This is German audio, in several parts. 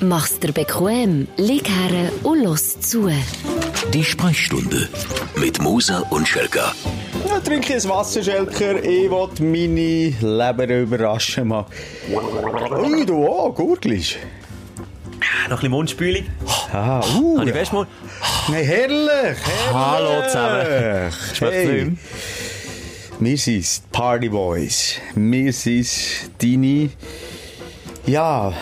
Mach's dir bequem, lieg her und los zu. Die Sprechstunde mit Musa und Schelka. Ja, trinke ich ein Wasser, Schelker. Ich will meine Leber überraschen. Mal. Ui, du auch, gurgelst. Noch ein bisschen Mundspülung. Ah, uh. Habe ich fest mal. Nein, herrlich, herrlich. Hallo zusammen. Schmeckt's nicht Wir sind's, die Party Boys. Wir sind's, deine... Ja,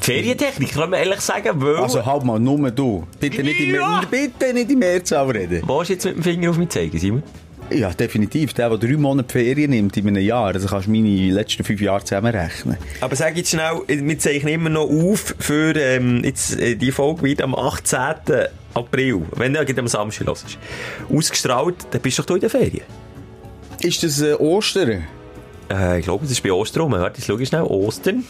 Ferientechnik, kann man ehrlich sagen. Weil also halt mal, nur du. Bitte nicht im, Oh. Ja. bitte nicht im Mehrzahl reden. Wo ist jetzt mit dem Finger auf mich zeigen, Simon? Ja, definitiv. Der, der drei Monate Ferien nimmt in einem Jahr, das kannst du meine letzten fünf Jahre zusammenrechnen. Aber sag jetzt schnell, wir zeichnen immer noch auf für ähm, jetzt, äh, die Folge wieder am 18. April, wenn du gerade am Samstag hörst. Ausgestrahlt, dann bist du doch du in der Ferien. Ist das äh, Ostern? Äh, ich glaube, es ist bei Ostern rum. Warte, jetzt schau ich schnell. Ostern.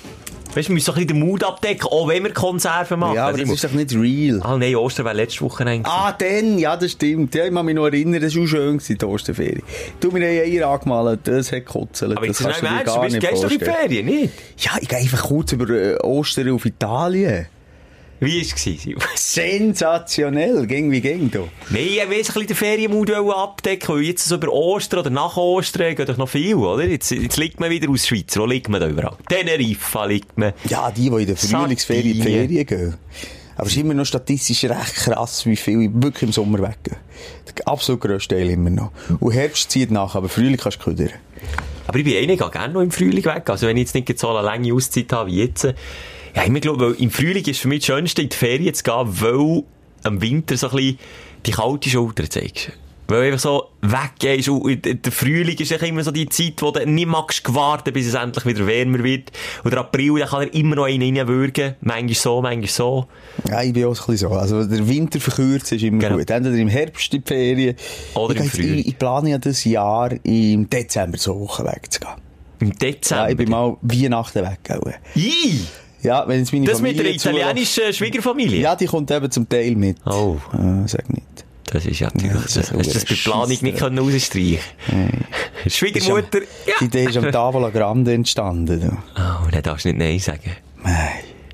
Weißt du, wir müssen doch ein bisschen den Mut abdecken, auch wenn wir Konserven machen. ja, aber das Simon. ist doch nicht real. Ah nein, Ostern wäre letzte Woche eigentlich. Ah, dann, ja, das stimmt. Ja, ich kann mich noch erinnern, das war auch schön, gewesen, die Osterferien. Du, wir haben ja Eier angemalt, das hat gekotzelt. aber das kannst jetzt nein, du dir Mensch, du gar bist, nicht gehst doch in die vorstellen. Ferien, nicht? Ja, ich gehe einfach kurz über äh, Ostern auf Italien. Wie war es, Simon? Sensationell, ging wie ging, du. Nein, ich wollte ein bisschen den Ferienmut abdecken, weil jetzt so über Ostern oder nach Ostern geht doch noch viel, oder? Jetzt, jetzt liegt man wieder aus Schweiz. Wo liegt man da überall? Teneriffa liegt man. Ja, die, die in der Frühlingsferien in die Sardinien. Ferien gehen. Aber es ist immer noch statistisch recht krass, wie viele wirklich im Sommer weggehen. Der absolut grösste Teil immer noch. Und Herbst zieht nach, aber Frühling kannst du ködern. Aber ich bin eh nicht gerne noch im Frühling weg. Also wenn ich jetzt nicht so eine lange Auszeit habe wie jetzt. äh, Ja, ich glaube, im Frühling ist für mich das Schönste, in die Ferien zu gehen, weil am Winter so ein bisschen die kalte Schulter zeigst. Weil einfach so weggehst. Und der Frühling ist eigentlich immer so die Zeit, wo du nicht magst warten, bis es endlich wieder wärmer wird. Und der April, da kann er immer noch einen reinwürgen. Manchmal so, manchmal so. Ja, ich bin auch ein bisschen so. Also, der Winter verkürzt ist immer Genau. gut. Entweder im Herbst in die Ferien. Oder ich gehe im jetzt- Frühling. Ich, ich plane ja das Jahr im Dezember so Wochen wegzugehen. Im Ja, Dezember. ich bin mal Weihnachten weggegangen. Ii, Ja, wenn jetzt meine das mit Familie der zulässt- italienischen Schwiegerfamilie. Ja, die kommt eben zum Teil mit. Oh. Äh, sag nicht. Das ist ja natürlich, Ja, das das hast ist du das bei verdammt Planung scheisse. nicht können rausstreichen Schwiegermutter, ja. Die Idee ist am Tavola Grande entstanden. Du. Oh, dann darfst du nicht Nein sagen. Nein.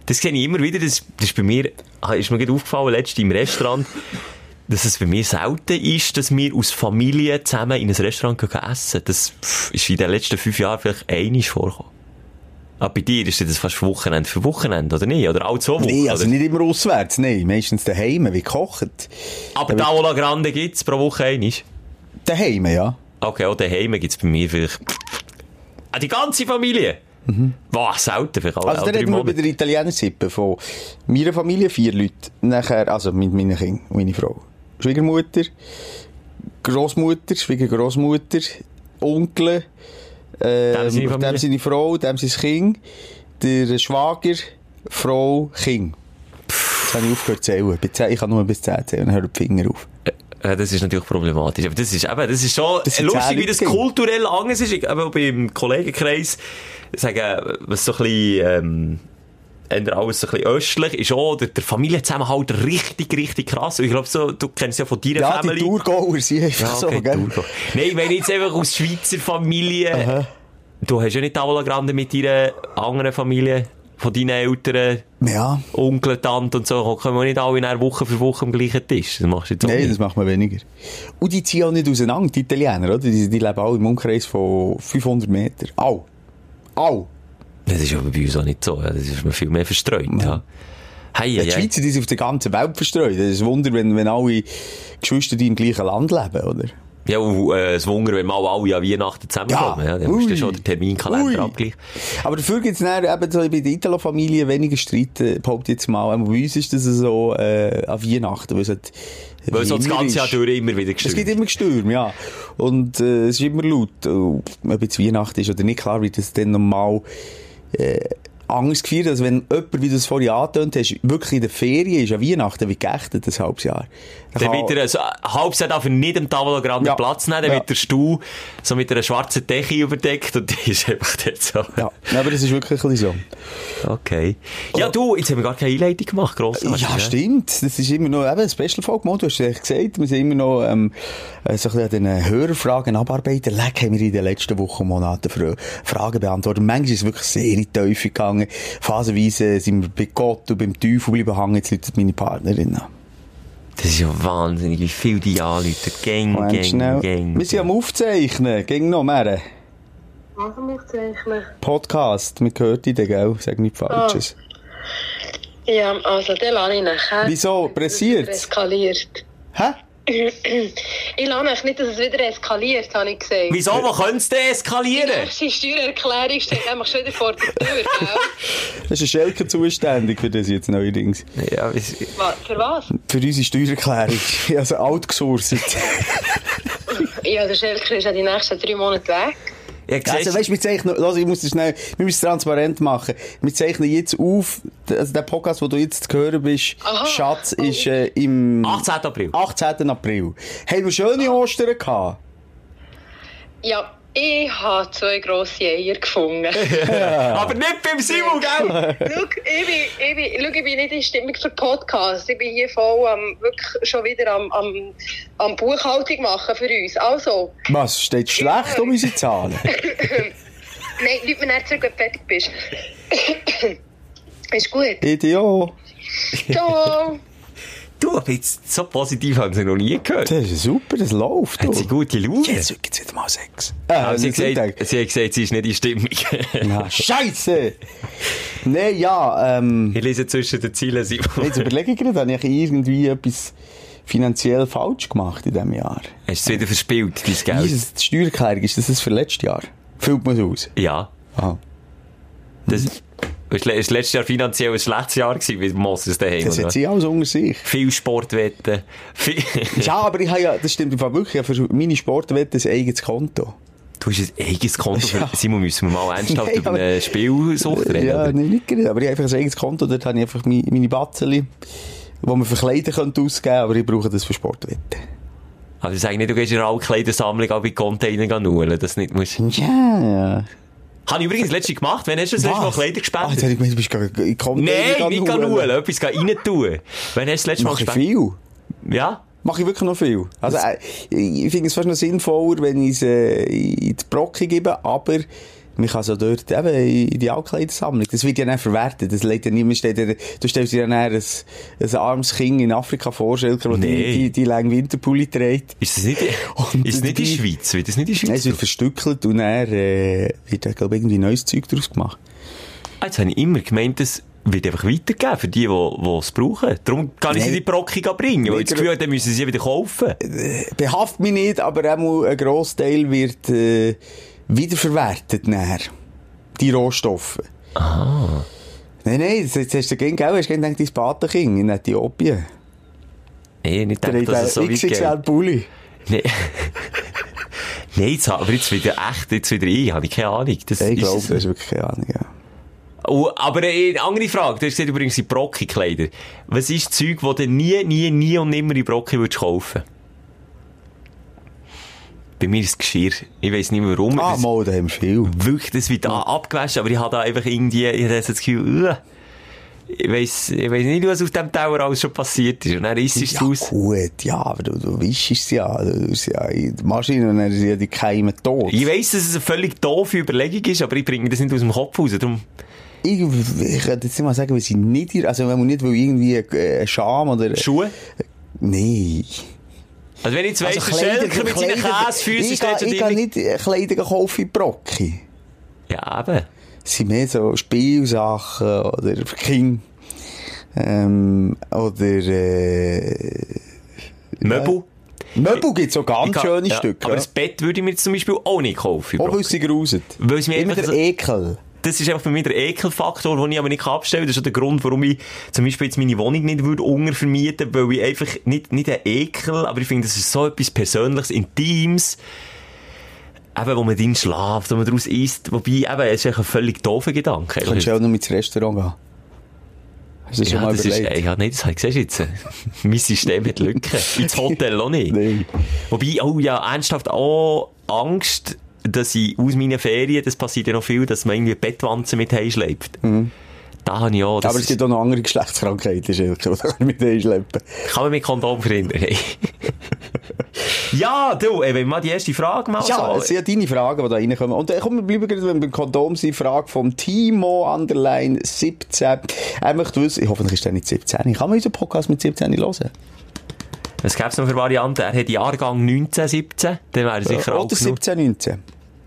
Das sehe ich immer wieder, das, das ist bei mir, ah, ist mir gerade aufgefallen, letztens im Restaurant, dass es bei mir selten ist, dass wir aus Familie zusammen in ein Restaurant gehen essen. Das pff, ist in den letzten fünf Jahren vielleicht einiges vorgekommen. Aber bei dir ist das fast Wochenende für Wochenende, oder nicht? Oder alle zwei Wochen? Nee, also Oh, oder? nicht immer auswärts, nein. Meistens daheim, wie kocht. Aber da Ola Grande gibt's pro Woche einiges. Daheim, ja. Okay, auch daheim gibt's bei mir vielleicht. Ah, die ganze Familie! Was, selten vielleicht auch. Mhm. Also, auch dann reden drei wir bei Monate. der Italiener-Sippe von meiner Familie vier Leute. Nachher, also mit meinen Kindern, und meine Frau. Schwiegermutter, Großmutter, Schwiegergroßmutter, Onkel, äh, Dem seine Familie. dem seine Frau, dem sein Kind, der Schwager, Frau, Kind. Jetzt habe ich aufgehört zu zählen. Bei zehn- Ich kann nur bis 10 zählen, dann hört die Finger auf. Ja, Äh, das ist natürlich problematisch. Aber das ist, eben, das ist schon Das sind lustig, zehn wie das Leute. kulturell anders ist. Ich, eben beim Kollegenkreis sagen, was so ein bisschen, ähm, ändert alles so ein bisschen östlich, ist auch der, der Familienzusammenhalt richtig, richtig krass. Und ich glaube, so, du kennst ja von deiner Ja, Family. die Tourgauer sind einfach Ja, so, okay, gell? Turbo. Nein, ich meine jetzt einfach aus Schweizer Familie. Du hast ja nicht Tavola Grande mit deiner anderen Familie, von deinen Eltern, Ja, Onkel, eh, Tante und so. Kommen wir nicht alle in Woche für Woche am gleichen Tisch. Das machst du jetzt auch nein, das nicht. macht man weniger. Und die ziehen auch nicht auseinander, die Italiener, oder? Die, die leben alle im Umkreis von 500 Metern. Au! Au! Das ist aber bei uns auch nicht so. ja. Das ist mir viel mehr verstreut. Ja. Hey, eh, Ja, ja, die ja. Schweizer die sind auf der ganzen Welt verstreut. Das ist ein Wunder, wenn, wenn alle Geschwister die im gleichen Land leben, oder? ja und, äh, es wundert, wenn mal alle an Weihnachten zusammenkommen. Ja, dann musst du Ui. schon den Terminkalender Ui. abgleichen. Aber dafür gibt es dann eben so bei der Italo-Familie weniger Streit, äh, behaupte ich jetzt mal. Aber bei uns ist das so äh, an Weihnachten, weil es halt Weil so das Winter ganze ist. Jahr durch immer wieder Es gibt gestört. immer Stürme, ja. Und äh, es ist immer laut. Und Ob jetzt Weihnachten ist oder nicht, klar wird das dann normal äh, anders gefeiert. Also wenn jemand, wie du es vorhin angetönt hast, wirklich in der Ferien ist, an Weihnachten, wie geächtet, ein halbes Jahr. Dann kann- wird er, also, halb Jahr darf er nicht am Tavola Grande Ja. Platz nehmen, dann Ja. wird der Stuhl so mit einer schwarzen Decke überdeckt und die ist einfach dort so. Ja, Nein, aber das ist wirklich ein bisschen Okay. Ja, du, jetzt haben wir gar keine Einleitung gemacht, so. grossartig. Ja, ne? stimmt. Das ist immer noch eben eine Special-Folge. Mo, Du hast es eigentlich gesagt, wir sind immer noch ähm, äh, so ein bisschen an den äh, Hörerfragen abarbeiten. Leck haben wir in den letzten Wochen und Monaten Fra- Fragen beantwortet. Manchmal ist es wirklich sehr in die Teufel gegangen. hängen. Phasenweise sind wir bei Gott und beim Teufel bleiben hängen, jetzt läutet meine Partnerin an. Das ist ja wahnsinnig, wie viel die anrufen. Gang, Moment, gang, gang. Wir sind am Aufzeichnen, ging noch mehr. Also mich zeichnen. Podcast, man hört dich, gell? Sag nicht Falsches. Ja, also den lasse ich nachher. Wieso? Pressiert? Es eskaliert. Hä? Ich lasse euch nicht, dass es wieder eskaliert, habe ich gesehen. Wieso, wo könnte es denn eskalieren? Die Steuererklärung steht einfach schon wieder vor der Tür, gell? Das ist ein Schelker zuständig für das jetzt neuerdings. Ja, was- Wa- Für was? Für unsere Steuererklärung. Also outgesourcet. Ja, der Schelker ist ja die nächsten drei Monate weg. ja, siehst, Also weißt du, wir zeichnen, lass, ich muss das schnell, wir müssen es transparent machen. Wir zeichnen jetzt auf, also der Podcast, wo du jetzt zu hören bist, Aha. Schatz, ist äh, im 18. Ah, April. 18. April. Haben wir schöne Ostern gehabt? Ja, ich habe zwei grosse Eier gefunden. Aber nicht beim Simon, gell? Schau, ich bin, ich, bin, schau, ich bin nicht in Stimmung für Podcasts. Ich bin hier voll am, wirklich schon wieder am, am, am Buchhaltung machen für uns. Also, Was, steht schlecht um unsere Zahlen? nein, Leute, wenn du zurück, wenn du fertig bist. ist gut. Idiot. Ciao. Du, aber jetzt so positiv haben sie noch nie gehört. Das ist super, das läuft. Hat sie gute Laune? Jetzt gibt's wieder mal Sex. Äh, Aber sie, nicht hat gesagt, gedacht. sie hat gesagt, sie ist nicht in Stimmung. Na, Scheiße! Nein, ja, ähm, ich lese zwischen den Zielen, Simon. jetzt überlege ich gerade, habe ich irgendwie etwas finanziell falsch gemacht in diesem Jahr? Hast du es wieder verspielt, dein Geld? Ist es die Steuererklärung, ist das das für letztes Jahr? Füllt man es aus? Ja. Aha. Das das war letztes Jahr finanziell ein schlechtes Jahr, gewesen, weil Moss ist daheim Das oder? hat sie alles unter sich. Viel Sportwetten. Viel Ja, aber ich habe ja, das stimmt im Fall wirklich, ich habe für meine Sportwette ein eigenes Konto. du hast ein eigenes Konto. Für, Ja. Simon, müssen wir mal ernsthaft Nein, über aber- eine Spielsucht reden? ja, oder? nicht, nicht gerade, aber ich habe einfach ein eigenes Konto, dort habe ich einfach meine, meine Batzeli, die man für Kleider könnte ausgeben könnte, aber ich brauche das für Sportwetten. Aber sag Also nicht, du gehst in einer Altkleidersammlung auch bei Container nudeln. Das nicht musst. Hm. Ja, ja. Habe ich übrigens letztes Mal gemacht. Wann hast du das letzte Mal Kleider Ah, jetzt habe gespendet? ich gemeint, du bist gar ich komme Nein, nicht gar nudeln. Etwas gehen rein tun. Wann hast du das letzte Mal Mache ich gespendet? viel. Ja? Mache ich wirklich noch viel. Also, äh, ich finde es fast noch sinnvoller, wenn ich es äh, in die Brocke gebe, aber man kann es ja dort eben in die Altkleidersammlung. Das wird ja nicht verwertet. Das legt ja niemand, steht ja- du stellst dir ja dann ein, ein armes Kind in Afrika vor, Schelker, das Nee. die, die, die lange Winterpulli trägt. Ist das nicht, Und ist das nicht in der die- Schweiz? Wird das nicht in der Schweiz? Es wird verstückelt und dann äh, wird, da, glaube ich, irgendwie neues Zeug draus gemacht. Ah, Jetzt habe ich immer gemeint, es wird einfach weitergeben für die, die die es brauchen. Darum kann ich sie in Nein. die Brocke bringen, weil ich das Weder- Gefühl habe, dann müssen sie sie wieder kaufen. Eh, Behaft mich nicht, aber auch ein Großteil wird äh, wiederverwertet nachher. Die Rohstoffe. Ah. Nein, nein, jetzt, jetzt hast du gegen, gell? Hast du gegen dein Patenkind in Äthiopien? Nein, nicht Der gedacht, dass es so weit geht. XXL Pulli. Nein. Nein, jetzt, hab- aber jetzt wieder echt, jetzt wieder ich, habe ich keine Ahnung. Das Ich ist glaube, es- das ist wirklich keine Ahnung. Ja. Oh, aber äh, eine andere Frage, du hast gesagt, übrigens die Brocke-Kleider. Was ist das Zeug, das du nie, nie, nie und nimmer in Brocke würdest kaufen? Bei mir ist es Geschirr. Ich weiss nicht mehr warum. Ah, Das- mal, da haben wir viel. wirklich, das wird da abgewaschen, aber ich habe da einfach irgendwie, ich habe das Gefühl, uah, ich weiss, ich weiss nicht, was auf dem Tower alles schon passiert ist. Und dann ist es Ja, raus. gut, ja, aber du, du wischst es ja. Du, du, ja in die Maschine und dann sind ja die Keime tot. Ich weiss, dass es eine völlig doofe Überlegung ist, aber ich bringe das nicht aus dem Kopf raus. Darum, Ich, ich könnte jetzt nicht mal sagen, weil sie nicht hier, also wenn man nicht, weil irgendwie äh, Scham oder... Schuhe. Nein. Also wenn ich jetzt weiss, der Schelker mit seinen Käsefüßen Ich kann, steht schon ich kann drin. nicht äh, Kleider kaufen in Brocki. Ja, eben. Es sind mehr so Spielsachen oder für Kinder. Ähm, oder äh, Möbel. Möbel gibt es auch ganz Ich kann- schöne ja, Stücke. Aber Ja. das Bett würde ich mir jetzt zum Beispiel auch nicht kaufen. Auch Bro. weil sie gruset. Weil es mir Immer der einfach so- Ekel. Das ist einfach bei mir der Ekelfaktor, den ich aber nicht abstellen kann. Das ist auch der Grund, warum ich zum Beispiel jetzt meine Wohnung nicht würde untervermieten würde, weil ich einfach nicht, nicht einen Ekel, aber ich finde, das ist so etwas Persönliches, Intimes, eben, wo man drin schlaft, wo man daraus isst. Wobei, eben, es ist eigentlich ein völlig doofer Gedanke. Du kannst ja auch nur ins Restaurant gehen. Hast du das ja, eh, schon mal das ist, überlegt? ja, nein, das habe ich gesehen jetzt. mein System hat Lücken. Ins Hotel auch nicht. Nein. Wobei, oh ja, ernsthaft auch Angst, dass ich aus meinen Ferien, das passiert ja noch viel, dass man irgendwie Bettwanzen mit heimschleppt. Da habe ich auch, Mhm. das aber es ist- gibt auch noch andere Geschlechtskrankheiten, Schelker, die du mit einschleppen Kann man mit Kondom verhindern? Nein. Ja, du, ey, wenn wir mal die erste Frage mal Ja, so... es sind ja deine Fragen, die da reinkommen. Und äh, komm, wir bleiben gerade beim Kondom. Die Frage vom Timo Underline 17. Er möchte wissen, ich hoffe, ich ist der nicht 17. Kann man unseren Podcast mit 17 nicht hören? Was gäbe es noch für Varianten? Er hat Jahrgang 19, 17. Dann wäre er sicher alt Äh, Oder genug. 17, 19.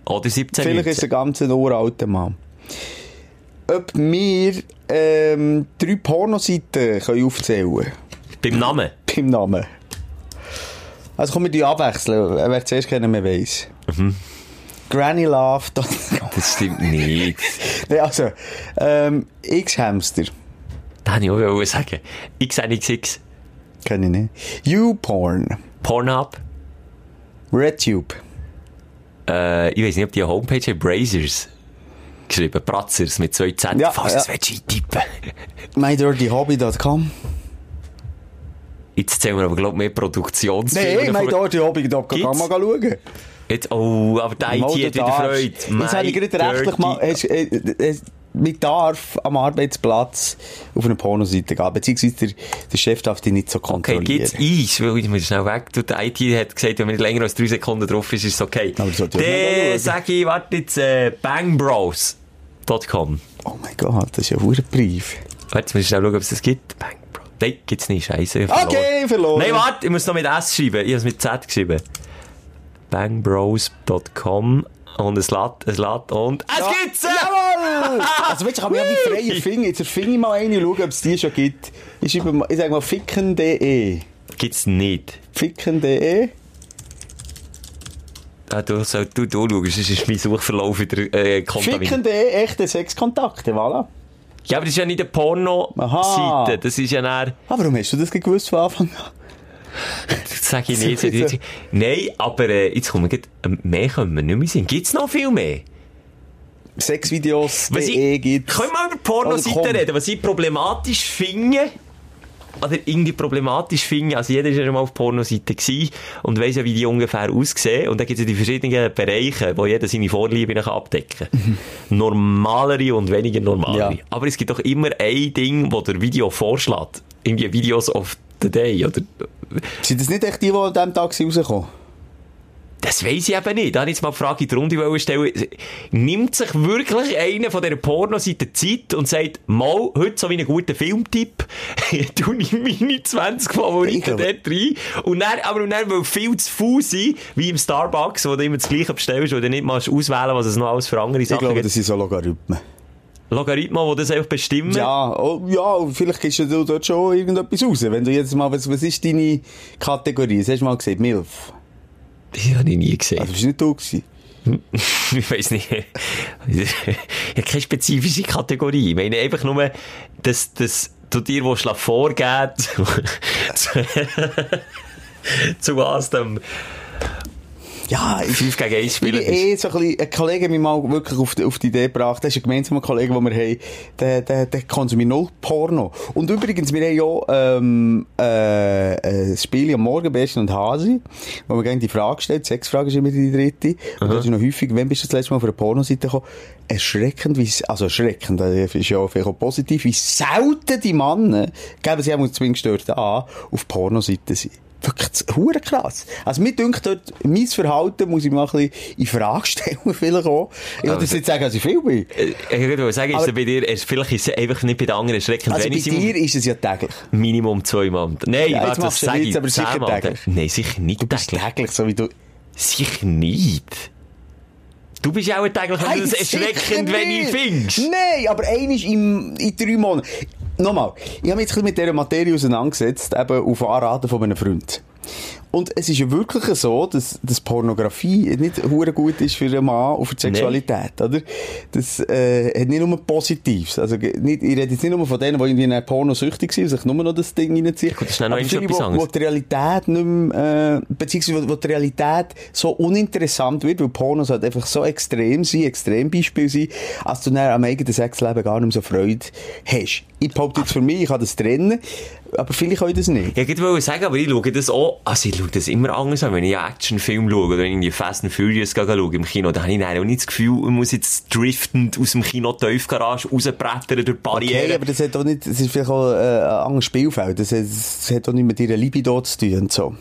Oder 17, Vielleicht 19. ist er ganz ein uralter Mann. Ob wir ähm, drei Pornoseiten können aufzählen können, Beim Namen. beim Namen. Also kommen wir die abwechseln, wer zuerst kennen mehr weiss. Granny Love, Das stimmt nicht. Nein, also, ähm, X-Hamster, das wollte ich auch wollen sagen. XNXX. kenne ich nicht. YouPorn, Pornhub. RedTube, Äh, ich weiß nicht, ob die eine Homepage haben. Brazers. Geschrieben. Bratzers mit zwei Z. Ja, falls ja. das willst du eintippen. MyDirtyHobby.com. Jetzt zählen wir aber, glaube ich, mehr Produktionsfilme. Nein, MyDirtyHobby.com, kann Gibt's? man schauen. Jetzt, oh, aber der IT Mal, hat du wieder Freude. darfst. Jetzt habe ich My gerade rechtlich dirty- mal, hast, äh, äh, man darf am Arbeitsplatz auf eine Pornoseite gehen, beziehungsweise der, der Chef darf dich nicht so Okay, kontrollieren. gibt's Eis? Weil ich muss schnell weg. Du, Der IT hat gesagt, wenn man nicht länger als drei Sekunden drauf ist, ist es okay. Aber das sollte ich auch mal Dann schauen. sag ich, warte jetzt, äh, bangbros.com. Oh mein Gott, das ist ja ein Brief. Warte, jetzt muss ich schnell schauen, ob es das gibt. Bangbro. Nein, gibt's nicht. Scheiße. ich hab Okay, verloren. Nein, warte, ich muss noch mit S schreiben. Ich habe es mit Z geschrieben. bangbros.com und es lädt, es lädt und es gibt's! äh! Jawohl! Also, weißt du, ich habe mir ja wie freie Finger. Jetzt erfinde ich mal eine und schaue, ob es die schon gibt. Ich, schreibe mal, ich sage mal ficken.de. Gibt's nicht. Ficken.de. Ah, du, soll, du, du schaust, das ist mein Suchverlauf wieder äh, kontaminiert. Ficken.de, echte Sexkontakte, voilà. Ja, aber das ist ja nicht eine Porno-Seite. Aha. Das ist ja dann, Aber Ah, warum hast du das gewusst von Anfang an? das sag ich nicht. Jetzt- Nein, aber äh, jetzt kommen wir gleich- mehr können wir nicht mehr sehen. Gibt's noch viel mehr? Sexvideos.de gibt Können wir mal über Oder Porno-Seiten Also, komm. reden? Was ich problematisch finde, oder irgendwie problematisch finde, also jeder ist ja schon mal auf Pornoseiten gewesen und weiss ja, wie die ungefähr aussehen. Und dann gibt's ja die verschiedenen Bereiche, wo jeder seine Vorlieben kann abdecken kann. Normalere und weniger normalere. Mhm. Ja. Aber es gibt doch immer ein Ding, wo der Video vorschlägt. Irgendwie Videos of the Day oder... Sind das nicht echt die, die an diesem Tag sind rausgekommen Das weiss ich eben nicht. Da habe ich jetzt mal die Frage in die Runde wollen stellen. Nimmt sich wirklich einer von dieser Pornoseite Zeit und sagt, mal, heute so wie einen guten Filmtipp, tu ich meine 20 Ich Favoriten glaube- dort rein. Und dann, aber dann, weil viel zu faul sind, wie im Starbucks, wo du immer das Gleiche bestellst, wo du nicht mal auswählen was es noch alles für andere Ich Sachen glaube, gibt. das sind so Logarithmen. Logarithmen, die das einfach bestimmen. Ja, oh, ja, vielleicht kriegst du dort schon irgendetwas raus. Wenn du jetzt mal, was, was ist deine Kategorie? Das hast du mal gesagt, MILF. Das habe ich nie gesehen. Also, das war nicht du. Gewesen. ich weiß nicht. ich habe keine spezifische Kategorie. Ich meine einfach nur, dass, dass du dir was vorgeben zu, zu was dem Ja, ich 5 gegen 1 Ich spielen bin ist. eh so ein bisschen, ein Kollege hat mich mal wirklich auf die, auf die Idee gebracht, das ist ein gemeinsamer Kollege, den wir haben, der, der, der konsumiert null Porno. Und übrigens, wir haben ja ähm, äh, ein Spiel am Morgen, Bärchen und Hase, wo man gerne die Frage stellt, Sexfrage ist immer die dritte, und das ist noch häufig, wann bist du das letzte Mal auf eine Pornoseite gekommen? Erschreckend, wie, s- also erschreckend, das ist ja vielleicht auch positiv, wie selten die Männer, geben sie auch zwingend dort an, auf Pornoseiten sind. Wirklich, das ist hure krass. Also, mir dünkt dort, mein Verhalten muss ich mal ein bisschen in Frage stellen, vielleicht auch. Ich will das nicht sagen, dass ich viel bin. Äh, Ich würde sagen, ist Aber- er bei dir, er- vielleicht ist es einfach nicht bei den anderen schreckend. Also, wenn bei ich sie- dir ist es ja täglich. Minimum zweimal. Nein, Ja, jetzt warte, das machst du sage einen ich. Witz, aber sicher zehnmal. täglich. Nein, sicher nicht Du bist täglich. täglich, so wie du. Sicher nicht. Du bist auch täglich, wenn du das sicher erschreckend, wenn ich nicht. findest. Nein, aber einmal im, in drei Monaten. Nochmal, ich habe mich jetzt ein bisschen mit dieser Materie auseinandergesetzt, eben auf Anraten von meinem Freund. Und es ist ja wirklich so, dass, dass dus Pornografie nicht hure gut ist für einen Mann und für die Sexualität, oder? Das äh, hat nicht nur Positives. Also, ge- nicht, ich rede jetzt nicht nur von denen, die irgendwie pornosüchtig sind und sich nur noch das Ding reinziehen. Gut, das ist dann noch Aber eins viele, etwas wo- anderes. wo die Realität nicht mehr, äh, beziehungsweise wo, wo die Realität so uninteressant wird, weil Pornos halt einfach so extrem sind, Extrembeispiel sind, als du dann am eigenen Sexleben gar nicht mehr so Freude hast. Ich behaupte jetzt für mich, ich kann das trennen, aber viele können das nicht. Ja, ich wollte sagen, aber ich schaue das auch, also ich schaue das immer anders an, wenn ich einen Actionfilm schaue oder irgendwie Fast and Furious gehe schaue im Kino, dann habe ich dann auch nicht das Gefühl, ich muss jetzt driftend aus dem Kino Tiefgarage rausbrettern durch die Barriere. Okay, aber das hat auch nicht, das ist eh, vielleicht auch äh, ein anderes Spielfeld, das hat, das hat auch nicht mit ihrer Libido zu tun und so.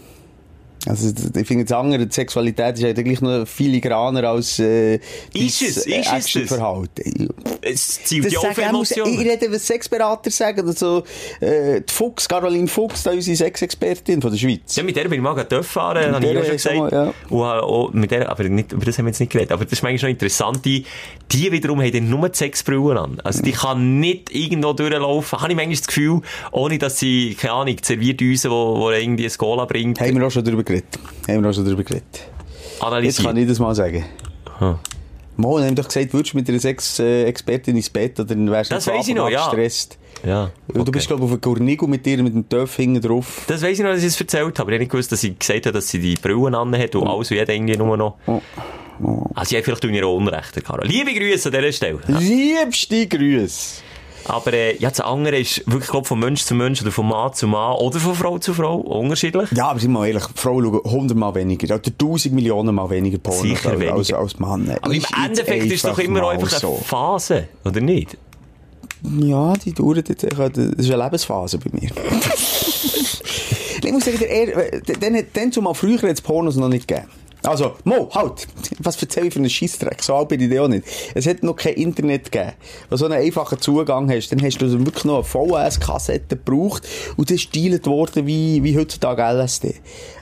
Also, ich finde das andere, die Sexualität ist eigentlich noch filigraner als äh, Ist es? Ist es das? Verhalten. Es zielt Das ja auf sagen auch, ich, ich Emotionen. rede, was Sexberater sagen. Also, äh, die Fuchs, Caroline Fuchs, da unsere Sexexpertin von der Schweiz. Ja, mit der bin ich mal gerade fahren, habe ich der auch schon ist gesagt. schon mal, ja. Und halt auch mit der, aber nicht, über das haben wir jetzt nicht geredet. Aber das ist manchmal schon interessant. Die, die wiederum haben dann nur die Sexbrillen an. Also Mhm. die kann nicht irgendwo durchlaufen. Habe ich manchmal das Gefühl, ohne dass sie, keine Ahnung, die Servierdüse, wo, wo irgendwie eine Cola bringt, Haben wir auch schon drüber geredet. Haben wir auch schon drüber geredet. Jetzt analysiert. kann ich das mal sagen. Hm. Mo, haben doch gesagt, würdest du mit einer Sex-Expertin ins Bett oder dann wärst du Das von weiss ich Anfang noch, an ja. gestresst. Ja. Weil Du bist, glaube ich, auf einem Gurnigel mit dir, mit dem Töpf hinten drauf. Das weiss ich noch, dass ich es erzählt habe. Aber ich habe nicht gewusst, dass sie gesagt hat, dass sie die Brillen an hat und alles und jeder irgendwie nur noch. Also, ich habe vielleicht tun ihr auch Unrecht, Karol. Liebe Grüße an dieser Stelle. Liebste Grüße! Aber, äh, ja, das andere ist wirklich, glaub, von Mensch zu Mensch oder von Mann zu Mann oder von Frau zu Frau unterschiedlich. Ja, aber sind wir mal ehrlich, Frauen schauen hundertmal weniger, oder tausend Millionen mal weniger Pornos Sicher als, als, weniger. als Mann. Aber im Endeffekt ist es doch immer auch einfach eine Phase, oder nicht? Ja, die dauert jetzt, ich, das ist eine Lebensphase bei mir. ich muss sagen, der Er- dann, hat- dann zumal früher hat es Pornos noch nicht gegeben. Also, Mo, halt! Was erzähl ich für einen Scheissdreck? So alt bin ich dann auch nicht. Es hat noch kein Internet gegeben. Wenn du so einen einfachen Zugang hast, dann hast du also wirklich noch eine VHS-Kassette gebraucht und das ist gesteilt worden wie, wie heutzutage LSD.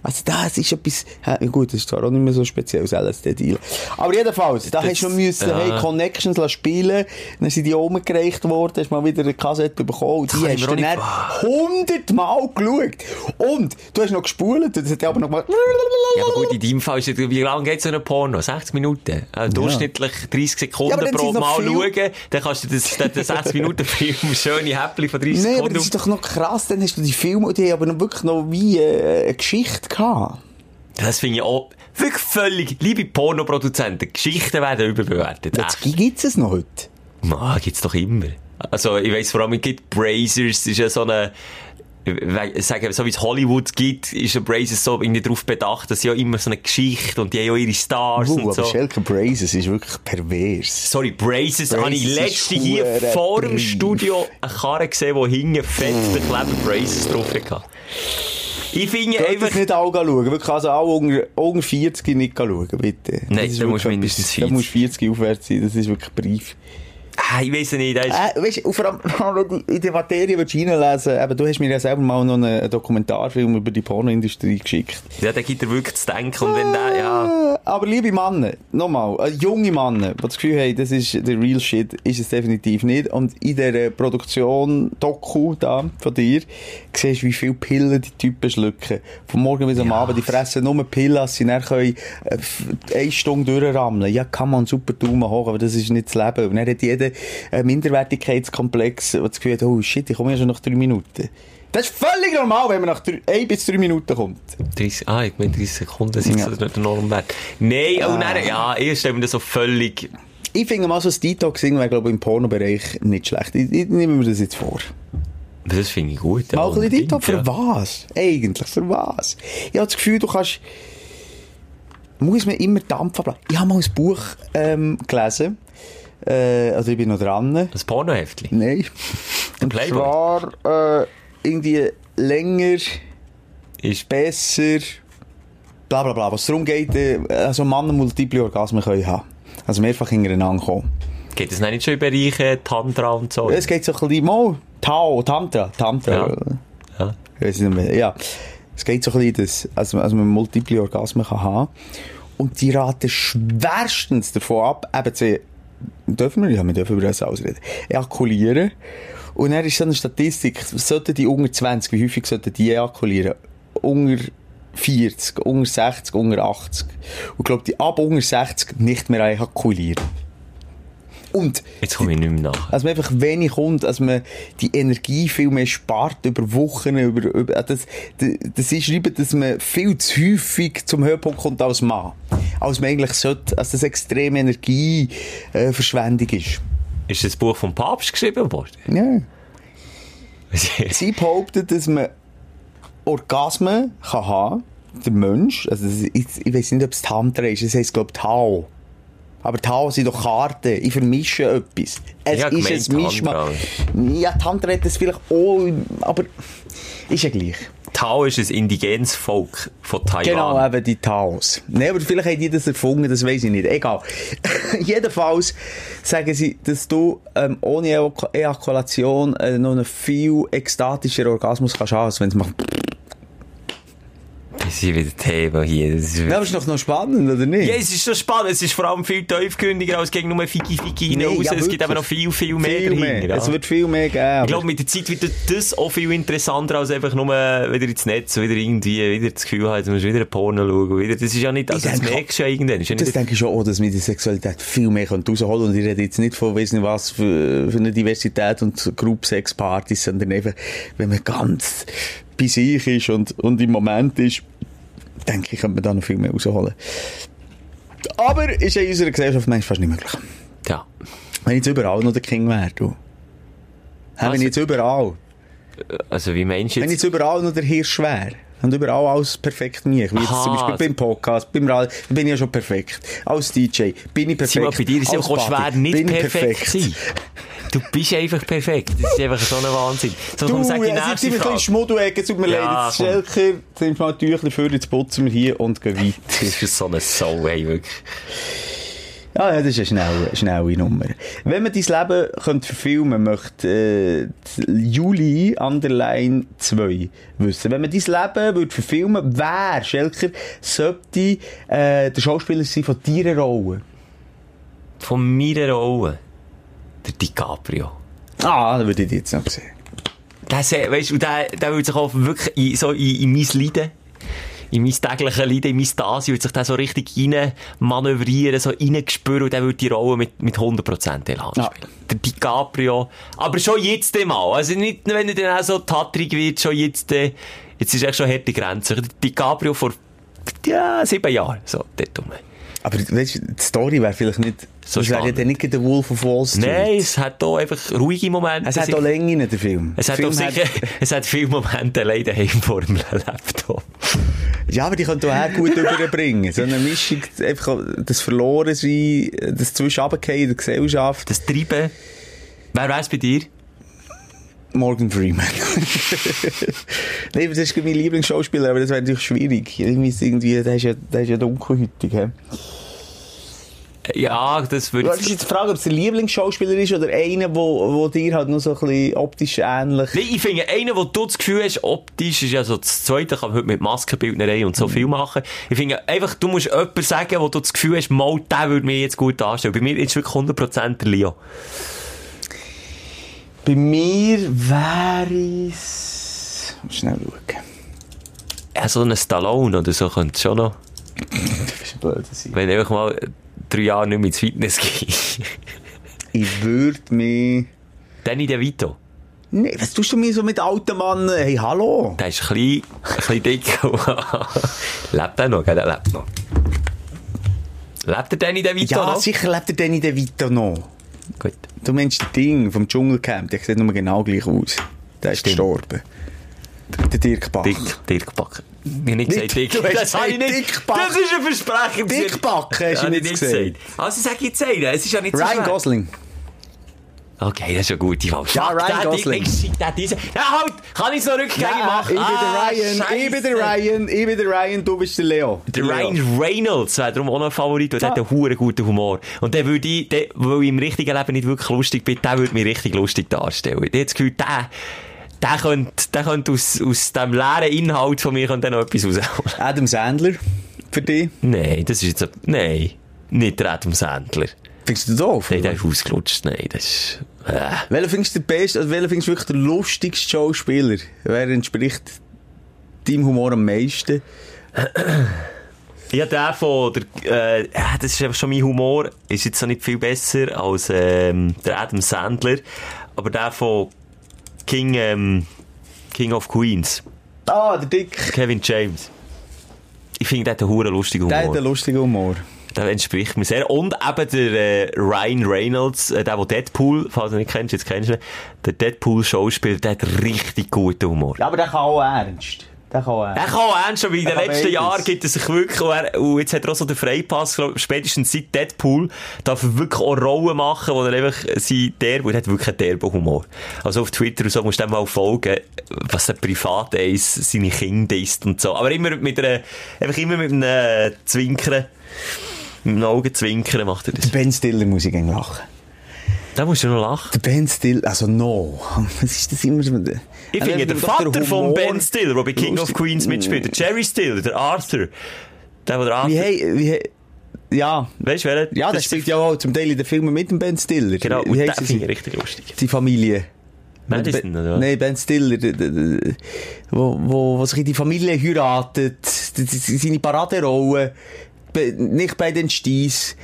Also das ist etwas... Ja, gut, das ist zwar auch nicht mehr so speziell, LSD-Deal. Aber jedenfalls, da hast du noch müssen, ja. hey, Connections lassen spielen, dann sind die umgereicht worden, hast mal wieder eine Kassette bekommen und die kann ich hast mir du auch dann hundertmal geschaut. Und du hast noch gespult, das hat ja aber noch mal... Ja, aber gut, in deinem Fall ist es, wie lange geht so ein Porno? 60 Minuten? Äh, durchschnittlich 30 Ja, aber Sekunden dann pro sind noch Mal viel- schauen, dann kannst du das, den, den 6 Minuten Film, schöne Häppchen von 30 Nein, aber Sekunden das ist doch noch krass, dann hast du die Filme und die haben aber noch wirklich noch wie äh, eine Geschichte gehabt. Das finde ich auch wirklich völlig, liebe Pornoproduzenten, Geschichten werden überbewertet. Das Echt. gibt es noch heute. Man, gibt's doch immer. Also, ich weiss vor allem, es gibt Brazers, ist ja so eine, ich sage, so wie es Hollywood gibt, ist ja Brazers so irgendwie darauf bedacht, dass sie ja immer so eine Geschichte und die haben ja ihre Stars Wow, und Uh, aber so. Shelker Brazes ist wirklich pervers. Sorry, Brazers, habe ich Brazers letzte ist hier verdammt vor dem brav. Studio eine Karre gesehen, die hinten fett verklebt Brazers drauf hatte. Ich finde Geht das einfach, nicht alle schauen. Wirklich, also alle unter, unter 40 nicht schauen, bitte. Das ist da musst wirklich du mindestens etwas- 40. Da musst du 40 aufwärts sein, das ist wirklich brief. Ah, ich weiss nicht, das ist, Äh, weißt du, vor allem in der Materie willst du reinlesen, aber du hast mir ja selber mal noch einen Dokumentarfilm über die Pornoindustrie geschickt. ja, der gibt dir wirklich zu denken und wenn der, ja. Äh, Aber liebe Männer, nochmal, äh, junge Männer, die das Gefühl haben, das ist der real shit, ist es definitiv nicht. Und in dieser Produktion, Doku da von dir, siehst du, wie viele Pillen die Typen schlucken. Vom Morgen bis am Abend, die fressen nur Pillen, dass sie dann können, äh, f- eine Stunde durchrammeln Ja, kann man super Daumen hoch, aber das ist nicht das Leben. Und dann hat jeder einen Minderwertigkeitskomplex, der das Gefühl hat, oh shit, ich komme ja schon nach drei Minuten. Das ist völlig normal, wenn man nach drei, ein bis drei Minuten kommt. 30, ah, ich meine 30 Sekunden sind Ja. Ah. so der Normwert. Nein, oh nein, ja, ich stelle mir das so völlig, Ich finde mal so ein Detoxing wäre, glaube ich, im Pornobereich nicht schlecht. Ich, ich nehme mir das jetzt vor. das finde ich gut. ja, Mal ein bisschen unbedingt, Detox. Für ja. was? Eigentlich, für was? Ich habe das Gefühl, du kannst... Muss man immer Dampf ablassen. Ich habe mal ein Buch ähm, gelesen. Äh, also ich bin noch dran. Das Pornoheftchen. Nein. Und Playboy. zwar äh, irgendwie länger, Ist besser, bla bla bla. Was darum geht, äh, also Männer multiple Orgasmen können haben. Also mehrfach hintereinander kommen. Geht das nicht schon in Bereiche Tantra und so? Es geht so ein bisschen mal Tao, Tantra, Tantra. Ja. Ja. Ja. Ich weiß nicht mehr. Ja. Es geht so ein bisschen, dass, also, also man multiple Orgasmen kann haben. Und die raten schwerstens davon ab, eben zu, dürfen wir, ja, wir dürfen über das ausreden, ejakulieren. Und dann ist so eine Statistik, sollten die unter 20, wie häufig sollten die ejakulieren? Unter 40, unter 60, unter 80. Und ich glaube, die ab unter 60 nicht mehr ejakulieren. Und Jetzt komme ich nicht mehr nach. als man einfach wenig kommt, als man die Energie viel mehr spart über Wochen, über, über ah, das, das, das ist schreiben, dass man viel zu häufig zum Höhepunkt kommt als Mann. Als man eigentlich sollte, als das extreme Energieverschwendung ist. Ist das Buch vom Papst geschrieben worden? Ja. Sie behauptet, dass man Orgasmen kann haben, der Mensch, also das, ich, ich weiß nicht, ob es Tantra ist, es heisst, glaube ich, Tao. Aber Tao sind doch Karten, ich vermische etwas. Es Ja, ist ein gemeint Mischmasch. Tantra. Ja, Tantra hat das vielleicht auch, im- aber ist ja gleich. Tao ist ein indigenes Volk von Taiwan. Genau, eben die Taos. Nee, aber vielleicht haben die das erfunden, das weiß ich nicht. Egal. Jedenfalls sagen sie, dass du ähm, ohne Ejaku- Ejakulation äh, noch einen viel ekstatischeren Orgasmus kannst haben, als wenn es macht. Das ist wieder Thema hier. Das ist Ja, wieder... aber ist doch noch spannend, oder nicht? Ja, es ist schon spannend. Es ist vor allem viel tiefgründiger als gegen nur Fiki Fiki Nee, hinein raus. ja, es gibt wirklich. aber noch viel, viel mehr viel dahinter. mehr. ja. Es wird viel mehr geben. ich glaube, mit der Zeit wird das auch viel interessanter als einfach nur wieder ins Netz, wieder irgendwie, wieder das Gefühl haben, jetzt musst du wieder ein Porno schauen. Wieder, das ist dus ja nicht, also das denke- merkst du ja irgendwann. Ist ja Das nicht, denke ich schon auch, dass wir die Sexualität viel mehr können rausholen können. Und ich rede jetzt nicht von, weiss nicht was, für, für eine Diversität und Group-Sex-Partys, sondern einfach, wenn man ganz bei sich ist und, und im Moment ist, denke ich, könnte man da noch viel mehr rausholen. Aber ist in unserer Gesellschaft manchmal fast nicht möglich. ja. Wenn jetzt überall noch der King wäre, du. Hä, Was? wenn jetzt überall, Also, wie meinst du wenn jetzt? jetzt überall noch der Hirsch wäre. Und überall alles perfekt mich. Wie jetzt Aha. also zum Beispiel beim Podcast, beim Radio, bin ich ja schon perfekt. Als DJ bin ich perfekt. Simon, bei dir ist ja Als auch Party schwer nicht bin ich perfekt sein. Du bist einfach perfekt. Das ist einfach so ein Wahnsinn. So, Du, komm, sag die ja, jetzt nächste sind wir ein bisschen Frage. Schmuddelecke, es tut mir Ja, leid. Jetzt Schelker, jetzt nimmst du mal ein Tüchlein für, jetzt putzen wir hier und gehen weiter. Das ist so eine Sau, ey, wirklich. Ah, Ja, ja, das ist eine schnelle, schnelle Nummer. Wenn man dein Leben könnte verfilmen möchte, äh, die Juli Underline 2 wissen. Wenn man dein Leben würde verfilmen wer, Schelker, sollte äh, der Schauspieler sein von deiner Rolle? Von meiner Rolle. Der DiCaprio. Ah, das würde ich jetzt noch sehen. Der, se- weißt du, und der, der würde sich auch wirklich in, so in, in mein Leiden, in mein tägliches Leiden, in mein Stasi, würde sich der so richtig rein manövrieren, so reingespüren und der würde die Rolle mit, mit 100% Elan Ja. spielen. Der DiCaprio. Aber schon jetzt einmal. Also nicht, wenn er dann auch so tatrig wird, schon jetzt, äh, jetzt ist echt schon harte Grenze. Der DiCaprio vor, ja, sieben Jahren. So, dort rum. Aber weißt, du, die Story wäre vielleicht nicht... So das wäre ja spannend. dann nicht der Wolf of Wall Street. Nein, es hat auch einfach ruhige Momente. Es hat sicher. auch Länge, der Film. Es hat Der doch Film sicher, es hat viele Momente leider heim vor dem Laptop. Ja, aber die können auch gut überbringen. So eine Mischung, einfach das Verlorensein, das Zwischenabgehen in der Gesellschaft. Das Treiben. Wer weiß bei dir? Morgan Freeman. Nein, das ist mein Lieblingsschauspieler, aber das wäre natürlich schwierig. Irgendwie, ist irgendwie der, ist ja, der ist ja dunkelhäutig. He? Ja, das würde Das ist ich. jetzt die Frage, ob es ein Lieblingsschauspieler ist oder einer, wo, wo dir halt nur so ein bisschen optisch ähnlich... Nein, ich finde, einer, wo du das Gefühl hast, optisch ist ja so das Zweite, kann man heute mit Maskenbildnerei und so viel machen. Ich finde einfach, du musst jemanden sagen, wo du das Gefühl hast, mal, der würde mir jetzt gut darstellen. Bei mir ist wirklich 100% der Leo. Bei mir wäre es... Muss Schnell schauen. Ja, so ein Stallone oder so könnte es schon noch, Das ist ein blöder sein. wenn ich einfach mal drei Jahre nicht mehr ins Fitness gehe. Ich würde mich... Danny DeVito. Nee, was tust du mir so mit alten Mann? Hey, hallo? Der ist ein bisschen, ein bisschen dick. lebt er noch? gell? Der lebt noch. Lebt er denn in der Vito Ja, noch? sicher lebt er Danny DeVito noch. Gut. Du meinst das Ding vom Dschungelcamp, der sieht nur genau gleich aus. Der ist Stimmt. gestorben. Der Dirk Bach. Dick, dick backen. Ich hab nicht gesagt dick. du hast Das habe ich gesagt, nicht. dick backen. Das ist ein Versprechen. Das Dick hab ich- backen, hast du hab ich nicht gesagt. Also sag jetzt einen. Es ist ja nicht so Ryan schwer. Gosling. Okay, das ist ja gut. Ich war Ja, Ryan der Gosling. Dick, ich schick den diese. Ja, halt! Kann ich es noch rückgängig ich machen? bin Ah, der Ryan, ich bin der Scheisse. Ryan, ich bin der Ryan, du bist der Leo. Der Ryan Reynolds wäre darum auch noch ein Favorit, weil der hat einen huere guten Humor. Und der würde ich, der, weil ich im richtigen Leben nicht wirklich lustig bin, der würde mich richtig lustig darstellen. Ich habe das Gefühl, der, der könnte, der könnte aus, aus dem leeren Inhalt von mir könnte er noch etwas rausholen. Adam Sandler. Für dich. Nein, das ist jetzt, ein- nein, nicht der Adam Sandler. Findest du das doof? Nein, der ist ausgelutscht, nein, das ist, äh. Welchen findest du den besten, also welchen findest du wirklich den lustigsten Schauspieler? Wer entspricht deinem Humor am meisten? Ja, der von der, äh, ja, das ist einfach schon mein Humor, ist jetzt noch nicht viel besser als ähm, der Adam Sandler, aber der von King, ähm, King of Queens, Ah, der Dick. Kevin James. Ich finde, der hat einen huren lustigen Der hat einen Humor. lustigen Humor. Der entspricht mir sehr. Und eben der äh, Ryan Reynolds, äh, der, der Deadpool, falls du ihn nicht kennst, jetzt kennst du ihn, der Deadpool-Schauspieler, der hat richtig guten Humor. Ja, aber der kann auch ernst. Der kann, Er kann auch schon, weil in den kann letzten beides. Jahren gibt es sich wirklich, und, er, und jetzt hat er auch so den Freipass, glaub, spätestens seit Deadpool, darf er wirklich auch Rollen machen, wo er einfach sein derbe, und er hat wirklich einen derben Humor. Also auf Twitter und so musst du dem mal folgen, was er privat ist, seine Kinder ist und so. Aber immer mit einer, einfach immer mit einem Zwinkern, mit einem Augenzwinkern macht er das. Ben Stiller muss ich gerne lachen. Da musst du noch lachen. Der Ben Stiller, also no. Was ist das immer? Ich finde, der Vater von Ben Stiller, der bei King of Queens mitspielt, der Jerry Stiller, der Arthur, der, wo der Arthur, Wie, hey, wie, hey, ja. weißt du, wer? Ja, der das ist der spielt ja auch zum Teil in den Filmen mit dem Ben Stiller. Genau, Wie- und wie den heisst sie? finde ich richtig Ah, lustig. Die Familie. Madison, Ben- oder? was? Nein, Ben Stiller, der- der- der- wo, wo, wo sich in die Familie heiratet, die- die- die- seine Paraderolle, Be- nicht bei den Sties.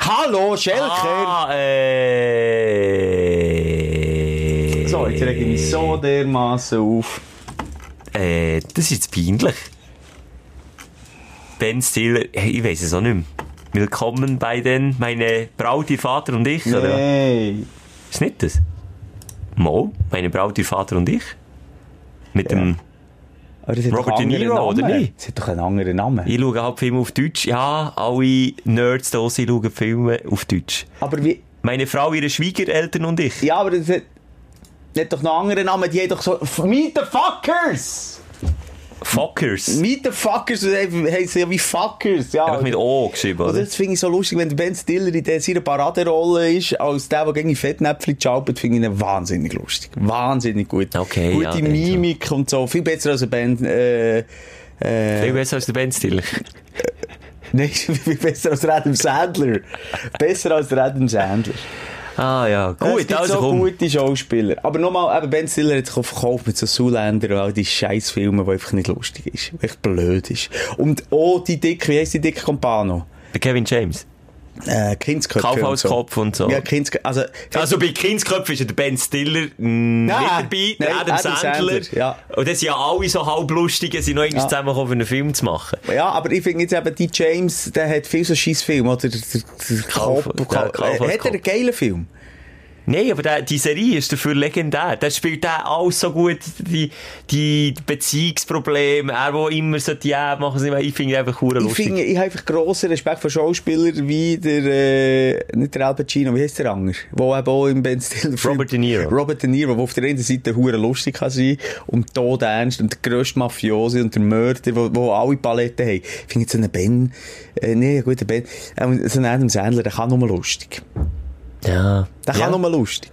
Hallo, Schelker! Ah, äh... dermaßen auf. Äh, das ist jetzt peinlich. Ben Stiller, hey, ich weiß es auch nicht mehr. Willkommen bei den, meine Braut, ihr Vater und ich, oder? Nein. Ist nicht das? Mo, meine Braut, ihr Vater und ich? Mit dem... Aber das hat Robert doch einen De Niro, anderen oder Namen. nicht? Das hat doch einen anderen Namen. Ich schaue halt Filme auf Deutsch. Ja, alle Nerds da sie schauen Filme auf Deutsch. Aber wie, Meine Frau, ihre Schwiegereltern und ich. ja, aber das hat, das hat doch einen anderen Namen, die haben doch so, F- Meet the Fuckers! Fuckers. Meet the Fuckers, dus das he- heisst ja wie Fuckers, ja. Einfach mit O geschrieben, Und oder? das finde ich so lustig, wenn der Ben Stiller in der seiner Paraderolle ist, als der, der gegen die Fettnäpfchen schaupert, finde ich ihn wahnsinnig lustig. Wahnsinnig gut. Okay, Gute ja, denke ich Mimik und so. Viel besser als ein Ben, äh, Viel besser als der Ben Stiller. nein, viel besser als der Adam Sandler. besser als der Adam Sandler. Ah ja, es gut, gibt also so komm. gute Schauspieler. Aber nochmal, eben Ben Stiller hat sich auch verkauft mit so Zuländer und all die scheiß Filme, die einfach nicht lustig ist. die Echt blöd ist. Und oh, die dicke, wie heisst die dicke Compano? Der Kevin James. Äh, Kindsköpfe. und so. Kaufhauskopf und so. Ja, Kindsköpfe. Also, Also bei Kindsköpfen ist ja der Ben Stiller mh, Nein, nicht dabei, der nein, Adam, Adam Sandler. Sandler, ja. Und das sind ja alle so halblustige, sind noch irgendwie Ja. zusammengekommen, um einen Film zu machen. Ja, aber ich finde jetzt eben, die James, der hat viel so scheiß Film, oder? Der, der, der Kauf- Cop- der Cop- Kaufhaus- hat er Cop. einen geilen Film? Nein, aber der, die Serie ist dafür legendär. Der spielt der alles so gut, die, die Beziehungsprobleme, er, wo immer so die ja, machen sie mal, ich finde ihn einfach cool Ich lustig. finde, ich habe einfach grossen Respekt vor Schauspielern wie der, äh, nicht der Al Pacino, wie heißt der andere? Wo eben auch im Ben Stiller Film- Robert De Niro. Robert De Niro, der auf der einen Seite hure lustig kann sein und tot ernst und der grösste Mafiose und der Mörder, wo, wo alle Paletten haben. Ich finde jetzt so einen Ben, äh, nee, gut, Ben, äh, so einen Adam Sandler, der kann nur lustig. ja. Der ja. kann nur lustig.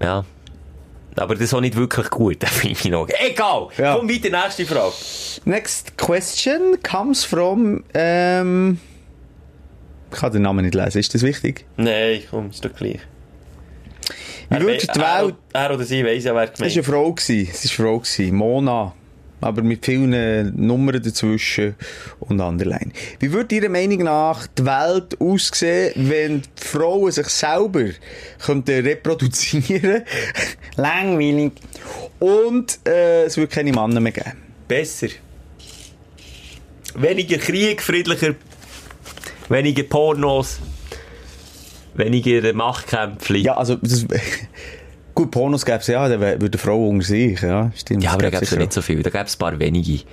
Ja. Aber das ist auch nicht wirklich gut, den finde ich noch. Egal! Ja. Komm weiter, nächste Frage. Next question comes from. Ähm, ich kann den Namen nicht lesen, ist das wichtig? Nein, komm, ist doch gleich. Wie würde die Welt. Er oder sie weiss ja, wer Es war eine Frau, gewesen, es war eine Frau, gewesen, Mona. Aber mit vielen äh, Nummern dazwischen und anderlein. Wie würde Ihrer Meinung nach die Welt aussehen, wenn die Frauen sich selber könnten reproduzieren Langweilig. Und äh, es würde keine Männer mehr geben. Besser. Weniger Krieg, friedlicher. Weniger Pornos. Weniger äh, Machtkämpfe. Ja, also, das, gut, Pornos gäbe es ja, dann wär- würde eine Frau unter sich, ja, stimmt. Ja, aber da das gäbe es ja sicher nicht so viel. Da gäbe es ein paar wenige.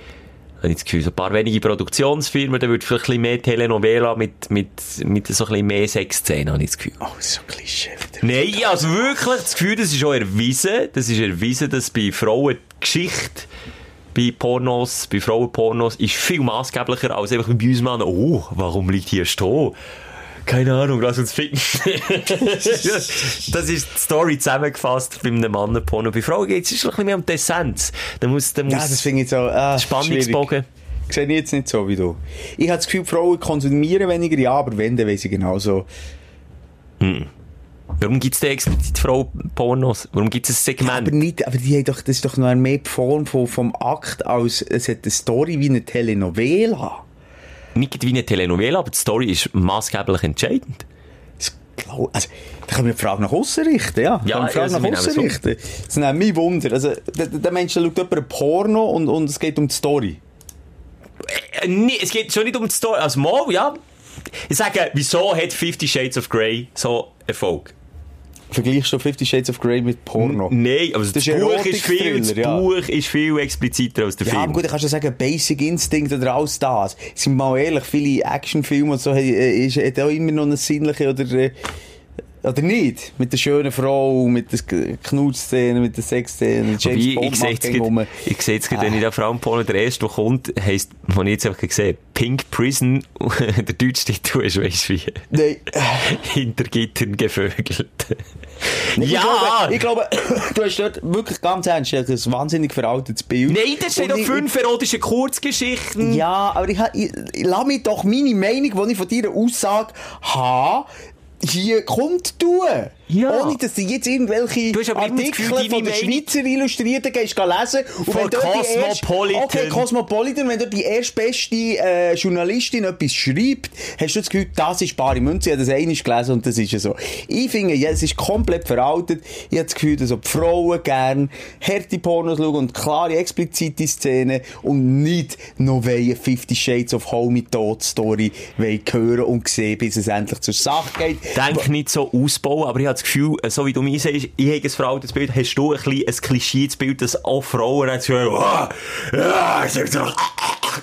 Habe ich das Gefühl, so ein paar wenige Produktionsfirmen, da würde vielleicht ein bisschen mehr Telenovela mit, mit, mit so ein bisschen mehr Sexszenen, habe ich das Gefühl. auch. Oh, so Klischee wieder. Nein, ich habe also wirklich das Gefühl, das ist auch erwiesen. Das ist erwiesen, dass bei Frauen die Geschichte bei Pornos, bei Frauenpornos, ist viel maßgeblicher als einfach bei uns Männern. Oh, warum liegt hier Stroh? Keine Ahnung, lass uns ficken. das ist die Story zusammengefasst bei einem Mannenporno. Bei Frauen geht es ein bisschen mehr um die Essenz. Da muss, da muss Ja, das finde ich jetzt auch, ah, Spannungsbogen. schwierig. Sehe ich jetzt nicht so wie du. Ich habe das Gefühl, Frauen konsumieren weniger, ja, aber wenn, dann weiss ich genau genauso. Warum gibt es denn explizit Frauenpornos? Warum gibt es ein Segment? Aber nicht, aber die haben doch, das ist doch noch mehr die Form von, vom Akt, als es hat eine Story wie eine Telenovela. nicht wie eine Telenovela, aber die Story ist maßgeblich entscheidend. Das glaub- Also, da können wir die Frage nach außen richten, ja. Ja, Da können wir die Frage also, wir nach außen nehmen es richten. Das ist nämlich mein Wunder. Also, der, der Mensch der schaut jemanden Porno und, und es geht um die Story. Äh, nee, es geht schon nicht um die Story. Also, mal, ja. Ich sage, wieso hat Fifty Shades of Grey so Erfolg? Vergleichst du Fifty Shades of Grey mit Porno? Nein, aber das, Das ist ein Buch, ist viel, das Erotik-Thriller, ja. Buch ist viel expliziter als der Ja, aber Film. gut, dann kannst du sagen, Basic Instinct oder alles das. Sind wir mal ehrlich, viele Actionfilme und so haben- äh, ist hat auch immer noch eine sinnliche oder, äh, oder nicht. Mit der schönen Frau, mit der Knutszene, mit der Sexszene, Wobei, James ich Bond sehe macht jetzt gegen rum. gerade, ich sehe jetzt gerade, wenn ich da Frauenporno der erste, der kommt, heisst, den ich jetzt einfach gesehen Pink Prison, der deutsche Titel ist, weisst du wie, Nein. hinter Gittern gevögelt. Ich ja! glaube, ich glaube, du hast dort wirklich ganz ernst ein wahnsinnig veraltetes Bild. Nein, das sind Und doch ich- fünf erotische Kurzgeschichten. Ja, aber ich, ha- ich, ich lass mich doch meine Meinung, die ich von deiner Aussage habe, hier kommt tun. Ja. Ohne, dass du jetzt irgendwelche Du hast aber immer das Artikel Gefühl, von der deine Meinung- Schweizer Illustrierten gehst gehen lesen. Und Von dort die erste- Cosmopolitan. okay, Cosmopolitan, wenn dort die erstbeste äh, Journalistin etwas schreibt, hast du das Gefühl, das ist bare Münze. Ich habe das einmal gelesen und das ist ja so. Ich finde, ja, es ist komplett veraltet. Ich habe das Gefühl, dass auch die Frauen gerne harte Pornos schauen und klare, explizite Szenen und nicht noch wollen Fifty Shades of Homie Tod Story wollen hören und sehen, bis es endlich zur Sache geht. Denk nicht so ausbauen, aber ich habe das Gefühl, äh, so wie du mir sagst, ich habe ein veraltetes Bild, hast du ein, bisschen ein klischees Bild, dass auch Frauen jetzt hören, ah, ah, es ist doch-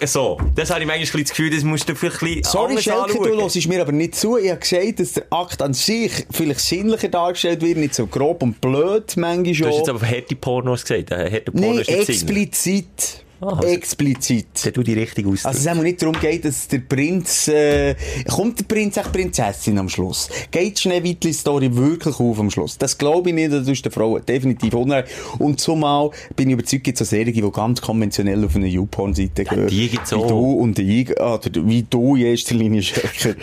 so. Das habe ich manchmal ein bisschen das Gefühl, das musst du vielleicht ein bisschen Sorry, anders Schelke, du anschauen. hörst mir aber nicht zu. Ich habe gesagt, dass der Akt an sich vielleicht sinnlicher dargestellt wird, nicht so grob und blöd manchmal Du hast jetzt schon. aber harte Pornos gesagt. äh, Harte Pornos Nein, ist nicht sinnlich. explizit. Ah, also- explizit. Sag du die richtig aus. Also es auch nicht darum geht, dass der Prinz, äh, kommt der Prinz echt Prinzessin am Schluss? Geht Schneewittli Story wirklich auf am Schluss? Das glaube ich nicht, das ist der Frau definitiv unehrlich. Und zumal bin ich überzeugt, gibt es auch Serien, die ganz konventionell auf eine YouPorn-Seite gehören. die gibt's Wie auch. du und ich, oder wie du in erster Linie Schäcker.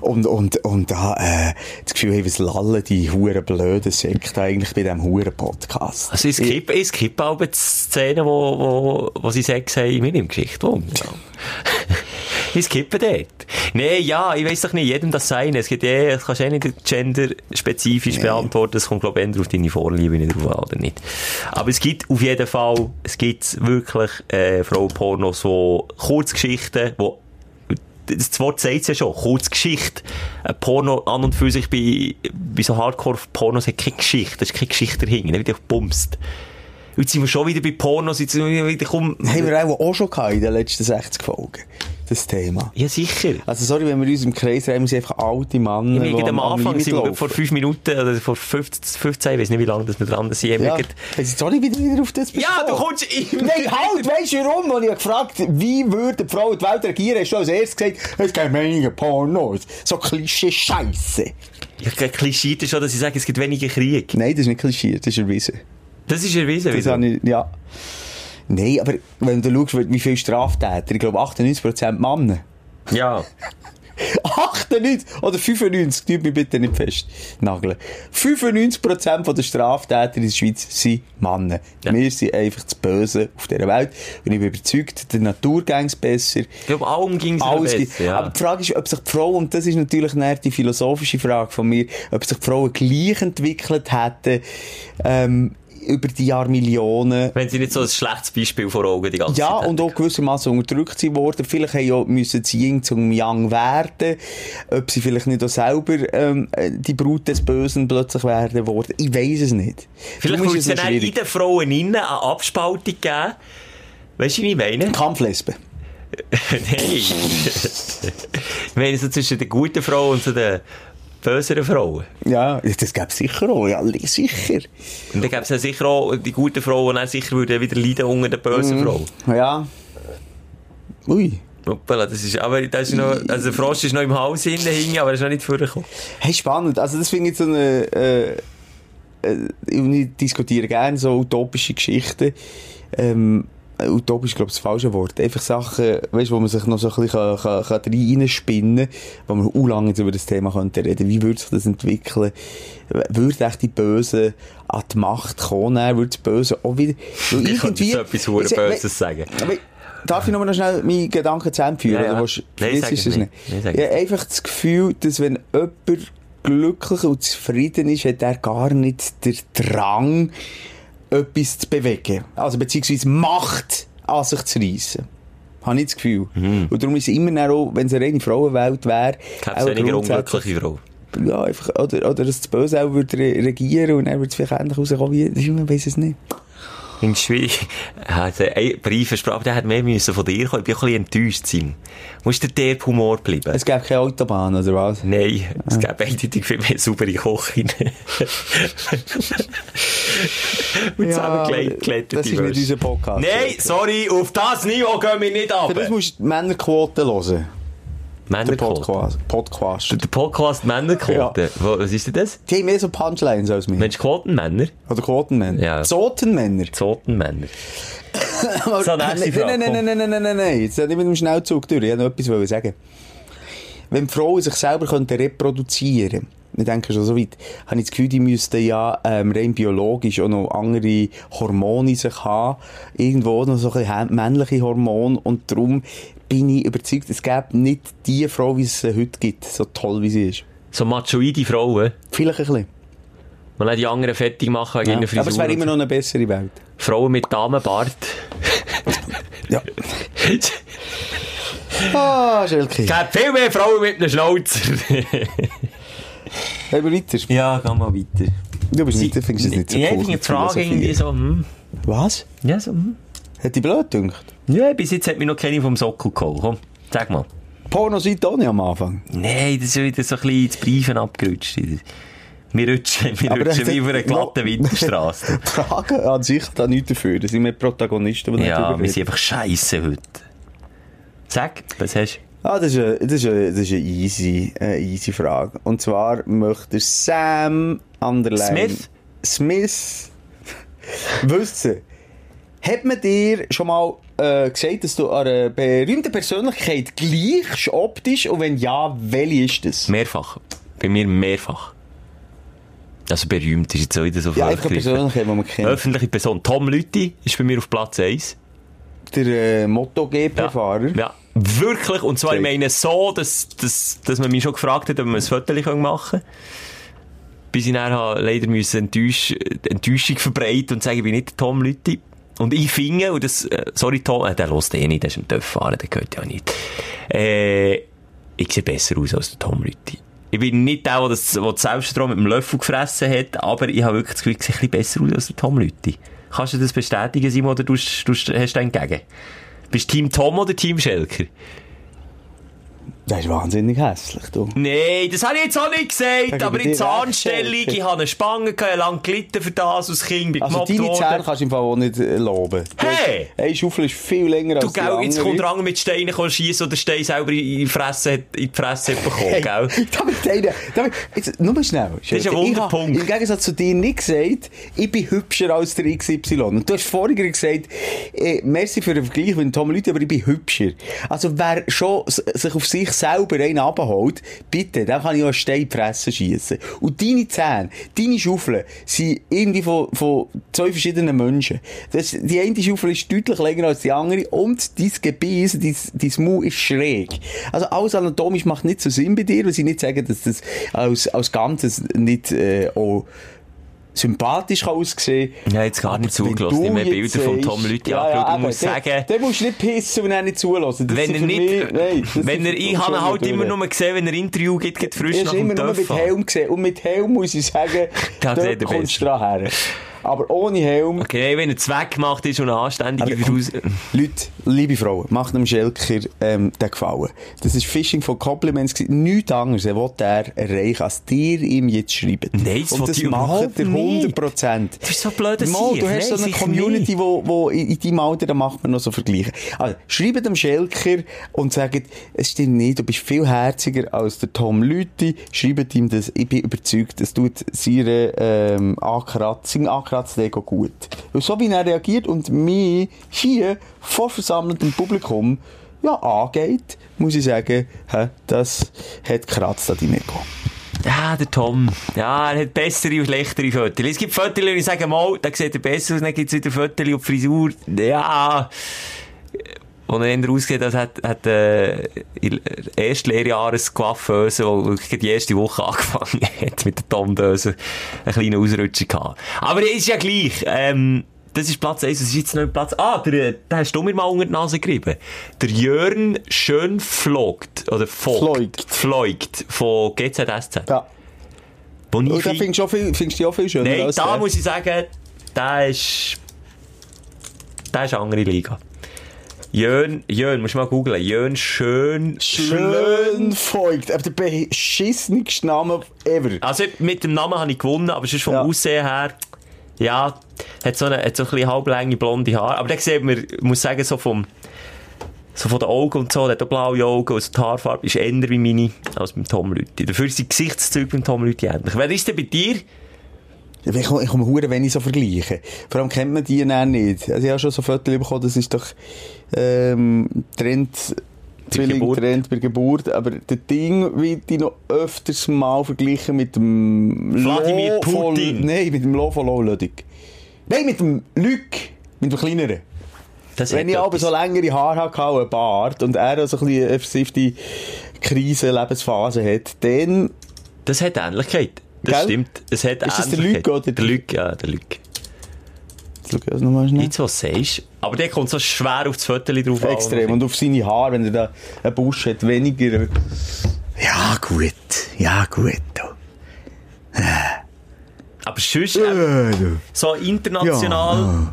Und, und, und da, äh, das Gefühl, hey, was lallen die huren blöden Sekte eigentlich bei diesem huren Podcast? Also ich skippe, ich skippe aber die Szenen, wo, wo, wo sie Sex haben in meiner Geschichte. Warum? ich skippe dort. Nein, ja, ich weiss doch nicht, jedem das Seine. Es gibt eh, das kannst du eh nicht genderspezifisch beantworten. Es kommt, glaube ich, eher auf deine Vorliebe nicht drauf an, oder nicht. Aber es gibt auf jeden Fall, es gibt wirklich äh, Frau-Pornos, wo Kurzgeschichten, wo das Wort sagt es ja schon, Kurzgeschichte. Ein Porno an und für sich bei, bei so Hardcore-Pornos hat keine Geschichte, da ist keine Geschichte dahinter, dann wird einfach gebumst. Jetzt sind wir schon wieder bei Pornos, jetzt sind wir wieder, komm... Haben wir auch- auch schon gehabt in den letzten 60 Folgen. Das Thema. Ja, sicher. Also sorry, wenn wir uns im Kreis reden, wir sind einfach alte Männer, Wir haben gerade am Anfang, Limit sind wir gerade laufen. vor 5 Minuten, oder vor 15, 15 ich weiß nicht, wie lange dass wir dran sind, haben wir Ja, gerade- jetzt soll ich wieder, wieder auf das ja, du bezogen? kommst immer... Nein, halt, weißt du warum? Als ich gefragt wie würde die Frau die Welt regieren, hast du als erstes gesagt, es gibt Menge Pornos. So klischee Scheiße. Ja, kein Klischee ist schon, dass ich sage, es gibt weniger Krieg. Nein, das ist nicht klischee, das ist erwiesen. Das ist erwiesen. Das wieder. habe ich, ja. Nein, aber wenn du schaust, wie viele Straftäter, ich glaube 98% Männer. Ja. 98 oder 95, tut mich bitte nicht fest. Nageln. 95% von der Straftäter in der Schweiz sind Männer. Ja. Wir sind einfach das Böse auf dieser Welt. Und ich bin überzeugt, der Natur ging's besser. Ich glaube, allem ging es Alles gibt- besser, ja. Aber die Frage ist, ob sich die Frau, und das ist natürlich näher die philosophische Frage von mir, ob sich die Frauen gleich entwickelt hätten, ähm, über die Jahrmillionen. Wenn sie nicht so ein schlechtes Beispiel vor Augen die ganze Ja, Zeit und auch gewissermaßen unterdrückt sie worden. Vielleicht haben ja auch müssen sie Ying zum Yang werden. Ob sie vielleicht nicht auch selber ähm, äh, die Brut des Bösen plötzlich werden worden. Ich weiß es nicht. Vielleicht Darum würde ist es dann noch auch in schwierig. den Frauen innen eine Abspaltung geben. Weißt du, wie ich meine? Kampflesben. Nein. ich meine, so zwischen der guten Frau und so der böseren Frau. Ja, das gäbe es sicher auch. Ja, sicher. Und dann gäbe es ja sicher auch die guten Frau, die dann sicher würde wieder leiden unter der bösen Frau. Ja. Ui. Hoppala, das ist, aber das ist noch, also der Frosch ist noch im Hals hinten hängen, aber er ist noch nicht vorgekommen. Hey, spannend. Also das finde ich so eine... Äh, äh, ich diskutiere gerne so utopische Geschichten. Ähm, äh, utopisch, glaube ich, das falsche Wort. Einfach Sachen, weißt, wo man sich noch so ein bisschen kann, kann, kann reinspinnen kann, wo man auch lange jetzt über das Thema könnte reden. Wie würde sich das entwickeln? Würde echt die Böse an die Macht kommen? Dann Würde das Böse auch wieder... Weil Ich könnte jetzt etwas hure Jetzt, äh, Böses sagen. aber Darf ich noch mal noch schnell meine Gedanken zusammenführen? Ja, Oder ja. willst- Nein, Jetzt sag ist es es nicht. Nein, sag es Ja, einfach das Gefühl, dass wenn jemand glücklich und zufrieden ist, hat er gar nicht den Drang, etwas zu bewegen. Also beziehungsweise Macht an sich zu reissen. Habe ich das Mhm. Gefühl. Und darum ist es immer noch, wenn es eine reine Frauenwelt wäre, Gäbe auch es weniger grundsätzlich- unglückliche Frau. ja, einfach, oder, oder dass das Böse auch würde re- regieren und dann würde es vielleicht endlich rauskommen, wie, wie- man weiß es nicht. In schwierig. Also, ein Brief, Sprache, der hat mehr müssen von dir kommen. Ich bin ein bisschen enttäuscht sein. Musst du der Humor bleiben? Es gäbe keine Autobahn, oder was? Nein, es gäbe eindeutig viel mehr saubere Kochinnen. Und zusammengekleidete das ist nicht Diverse. unser Podcast. Nein, sorry, auf das Niveau gehen wir nicht ab. Für das musst du die Männerquote hören. Der Männerquote. Podcast. Podcast. Der Podcast Männerquote. Wo- Was ist denn das? Die haben mehr so Punchlines als mich. Mensch, Quotenmänner? Oder Quotenmänner. Ja. Zotenmänner. Zotenmänner. So, nächste Frage, Nein, nein, nein, nein, nein, nein, nein, nein. Jetzt nicht mit dem Schnellzug durch. Ich wollte noch etwas wollen sagen. Wenn die Frauen sich selber könnten reproduzieren könnten, ich denke schon so weit, habe ich das Gefühl, die müssten ja ähm, rein biologisch auch noch andere Hormone in sich haben. Irgendwo noch so ein bisschen hä- männliche Hormone. Und darum bin ich überzeugt, es gäbe nicht die Frau, wie es sie heute gibt, so toll wie sie ist. So machoide Frauen. Vielleicht ein bisschen. Man lässt die anderen fertig machen wegen Ja. ihrer Frisur. Aber es wäre immer noch eine bessere Welt. Frauen mit Damenbart. Ja. Ah, Schelke. Es gibt viel mehr Frauen mit einem Schnauzer. Gehen wir weiter. ja, geh mal weiter. Du bist nicht, du findest es nicht so Ich cool. habe eine mit Frage Philosophie. irgendwie so, hm. Was? Ja, so, hm. Hat die blöd gedacht? Ja, bis jetzt hat mich noch keine vom Sockel geholt. Komm, sag mal. Pornoseite auch nicht am Anfang. Nein, das ist wieder so ein bisschen ins Briefen abgerutscht. Wir rutschen, wir Aber rutschen das- wie über eine glatte Mo- Winterstraße. Die Frage an sich hat da nichts dafür. Das sind wir Protagonisten, die ja, darüber wir reden. sind einfach scheiße heute. Sag, was hast du? Ah, das ist eine, das ist eine, das ist eine easy, eine easy Frage. Und zwar möchte Sam Underline... Smith? Smith wissen, hat man dir schon mal äh, gesagt, dass du einer berühmten Persönlichkeit gleichst optisch und wenn ja, welche ist das? Mehrfach. Bei mir mehrfach. Also berühmt ist jetzt auch wieder so Ja, einfach eine vorgegriffen. Persönlichkeit, die man kennt. Öffentliche Person. Tom Lütti ist bei mir auf Platz 1. Der äh, MotoGP-Fahrer. Ja, wirklich. Und zwar, ich Zeig. meine, so, dass, dass, dass man mich schon gefragt hat, ob wir ein Foto machen können. Bis ich dann habe leider müssen Enttäusch Enttäuschung verbreiten und sagen, ich bin nicht der Tom Lütti. Und ich finde, und das, äh, sorry Tom, äh, der hört eh nicht, der ist im Töff fahren, der gehört ja nicht. Äh, ich sehe besser aus als der Tom Lütti. Ich bin nicht der, der das, der das Selbststrom mit dem Löffel gefressen hat, aber ich habe wirklich das Gefühl, ich sehe ein bisschen besser aus als der Tom Lütti. Kannst du das bestätigen, Simon, oder du, du hast du entgegen? Bist du Team Tom oder Team Schelker? Das ist wahnsinnig hässlich, du. Nein, das habe ich jetzt auch nicht gesagt, gebe aber in dir Zahnstellung, recht, ich habe eine Spange, gehabt, ich habe lange gelitten für das, als Kind bin Also gemobbt deine Zähne worden. kannst du im Fall auch nicht äh, loben. Hey! Eine Schaufel ist viel länger Du, als die gell, andere. jetzt kommt der andere mit Steinen kann schiessen oder der Stein selber in die Fresse, hat- in die Fresse hat bekommen, gell? damit deine, damit, jetzt, nur mal schnell. Das ein Wunderpunkt. Im Gegensatz zu dir nicht gesagt, ich bin hübscher als der XY. Und du hast vorher gesagt, äh, merci für den Vergleich mit Tom Leute, aber ich bin hübscher. Also wer schon s- sich auf sich selber einen abholt, bitte, dann kann ich auch einen Stein in die Fresse schiessen. Und deine Zähne, deine Schaufeln sind irgendwie von, von zwei verschiedenen Menschen. Das, die eine Schaufel ist deutlich länger als die andere und dein Gebiss, dein, dein Mu ist schräg. Also alles anatomisch macht nicht so Sinn bei dir und sie nicht sagen, dass das als, als Ganzes nicht äh, auch sympathisch kann aussehen kann. Ja, jetzt gar nicht zugelassen. Ich habe mir Bilder von Tom Lüthi angeschaut und muss sagen, Der musst du nicht pissen und auch nicht zulassen. Das wenn sind er für nicht, mich- nein, das wenn sind er, für ich mich habe ihn schon halt immer Türen. nur gesehen, wenn er Interview gibt, geht frisch Er nach ist dem immer nur Dörf mit Helm gesehen. Und mit Helm muss ich sagen, Da dort sieht er kommst du besser. dran her. Aber ohne Helm... Okay, wenn er zweck gemacht ist und eine anständige Aber komm, Verhaus... Leute, liebe Frauen, macht dem Schelker ähm, den Gefallen. Das ist Phishing von Compliments. gewesen. Nichts anderes er will er erreichen, als dir ihm jetzt schreibt. Nein, das will Und das ich macht überhaupt er nicht. 100%. Du bist so blöd, dass Mo, ich- du hast Nein, so eine sicher Community, nicht. wo, wo in in deinem Alter, da macht man noch so Vergleiche. Also, schreibt dem Schelker und sagt, es stimmt nicht, du bist viel herziger als der Tom Lüthi. Schreibt ihm das, ich bin überzeugt, es tut seine, ähm, Ankratz, sein Ankratzen Ego gut. Weil so wie er reagiert und mich hier vor versammeltem Publikum ja, angeht, muss ich sagen, hä, das hat gekratzt an deinem Ego. Ja, der Tom. Ja, er hat bessere und schlechtere Fotos. Es gibt Fotos, die ich sage, mal, da sieht er besser aus, dann gibt es wieder Fotos und die Frisur. Ja. Wo er eher aussieht, als hat, hat, äh, in ersten Lehrjahr ein Coiffeuse, wo wirklich die erste Woche angefangen hat, mit der Tom-Döse, einen kleinen Ausrutscher gehabt. Aber ist ja gleich, ähm, das ist Platz 1, das ist jetzt nicht Platz, ah, der, äh, den hast du mir mal unter die Nase gerieben. Der Jörn Schönflogt, oder Vogt. Floigt. Floigt, von GZSZ. Ja. Wo ich Und den Oh, finde- findest du auch viel, findest du auch viel schöner Nein, als da der. muss ich sagen, da ist. Da ist eine andere Liga. Jön, Jön, musst du mal googeln. Jön Schön. Schlönfeucht. Aber der beschissenigste Name ever. Also mit dem Namen habe ich gewonnen, aber es ist vom Ja. Aussehen her. Ja, hat so eine, hat so ein bisschen halblänge blonde Haare. Aber dann sieht man, ich muss sagen, so vom. So von den Augen und so, der hat auch blaue Augen, also die Haarfarbe ist eher wie meine als beim Tom Lüthi. Dafür sind die Gesichtszüge beim Tom Lüthi ähnlich. Wer ist denn bei dir? Ich komme, ich komme hure wenig so vergleichen. Vor allem kennt man die dann nicht. Also ich habe schon so Fotos bekommen, das ist doch ähm, Trend, Zwilling, Geburt. Trend bei Geburt. Aber das Ding wird ich noch öfters mal vergleichen mit dem Wladimir Lo von- Putin. Nein, mit dem Lo von Lo Lödig. Nein, mit dem Lüg, mit dem kleineren. Das Wenn hat ich aber etwas. so längere Haare hatte, auch einen Bart, und er auch so ein bisschen eine versiffte Krise, Lebensphase hat, dann Das hat Ähnlichkeit. Das Gell? stimmt. Es hat Ist das der Ähnlichkeit. Lüg, oder? Der Lüg, ja, der Lüg. Jetzt schau ich das nochmal schnell. Jetzt, was du sagst. Aber der kommt so schwer auf das Viertel drauf an. Extrem. Und auf seine Haare, wenn er da einen Busch hat, weniger. Ja, gut. Ja, gut. Aber sonst, äh, so international,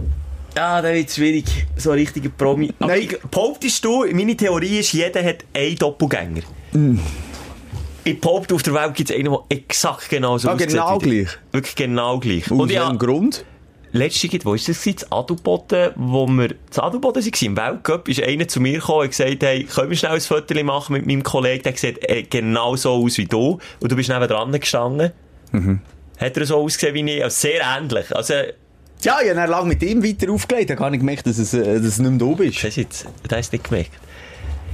ja, dann wird es schwierig. So ein richtiger Promi. Aber Nein. Nein. Ich, behauptest du, meine Theorie ist, jeder hat einen Doppelgänger. Hm. Ich behaupte, auf der Welt gibt es einen, der exakt genau so Ah, aussieht genau wie der. gleich. Wirklich genau gleich. Und aus Und ja, welchem Grund? Letzte Zeit, wo ist das? gewesen? Das Adelboden, wo wir das Adelboden waren, im Weltcup, ist einer zu mir gekommen und gesagt, hey, können wir schnell ein Foto machen mit meinem Kollegen? Der sieht äh, genau so aus wie du. Und du bist neben dran gestanden. Mhm. Hat er so ausgesehen wie ich? Also sehr ähnlich. Also, Ja, ich habe dann lange mit ihm weiter aufgelegt. Ich habe nicht gemerkt, dass es, äh, dass es nicht mehr da oben ist. das jetzt, das hast du nicht gemerkt.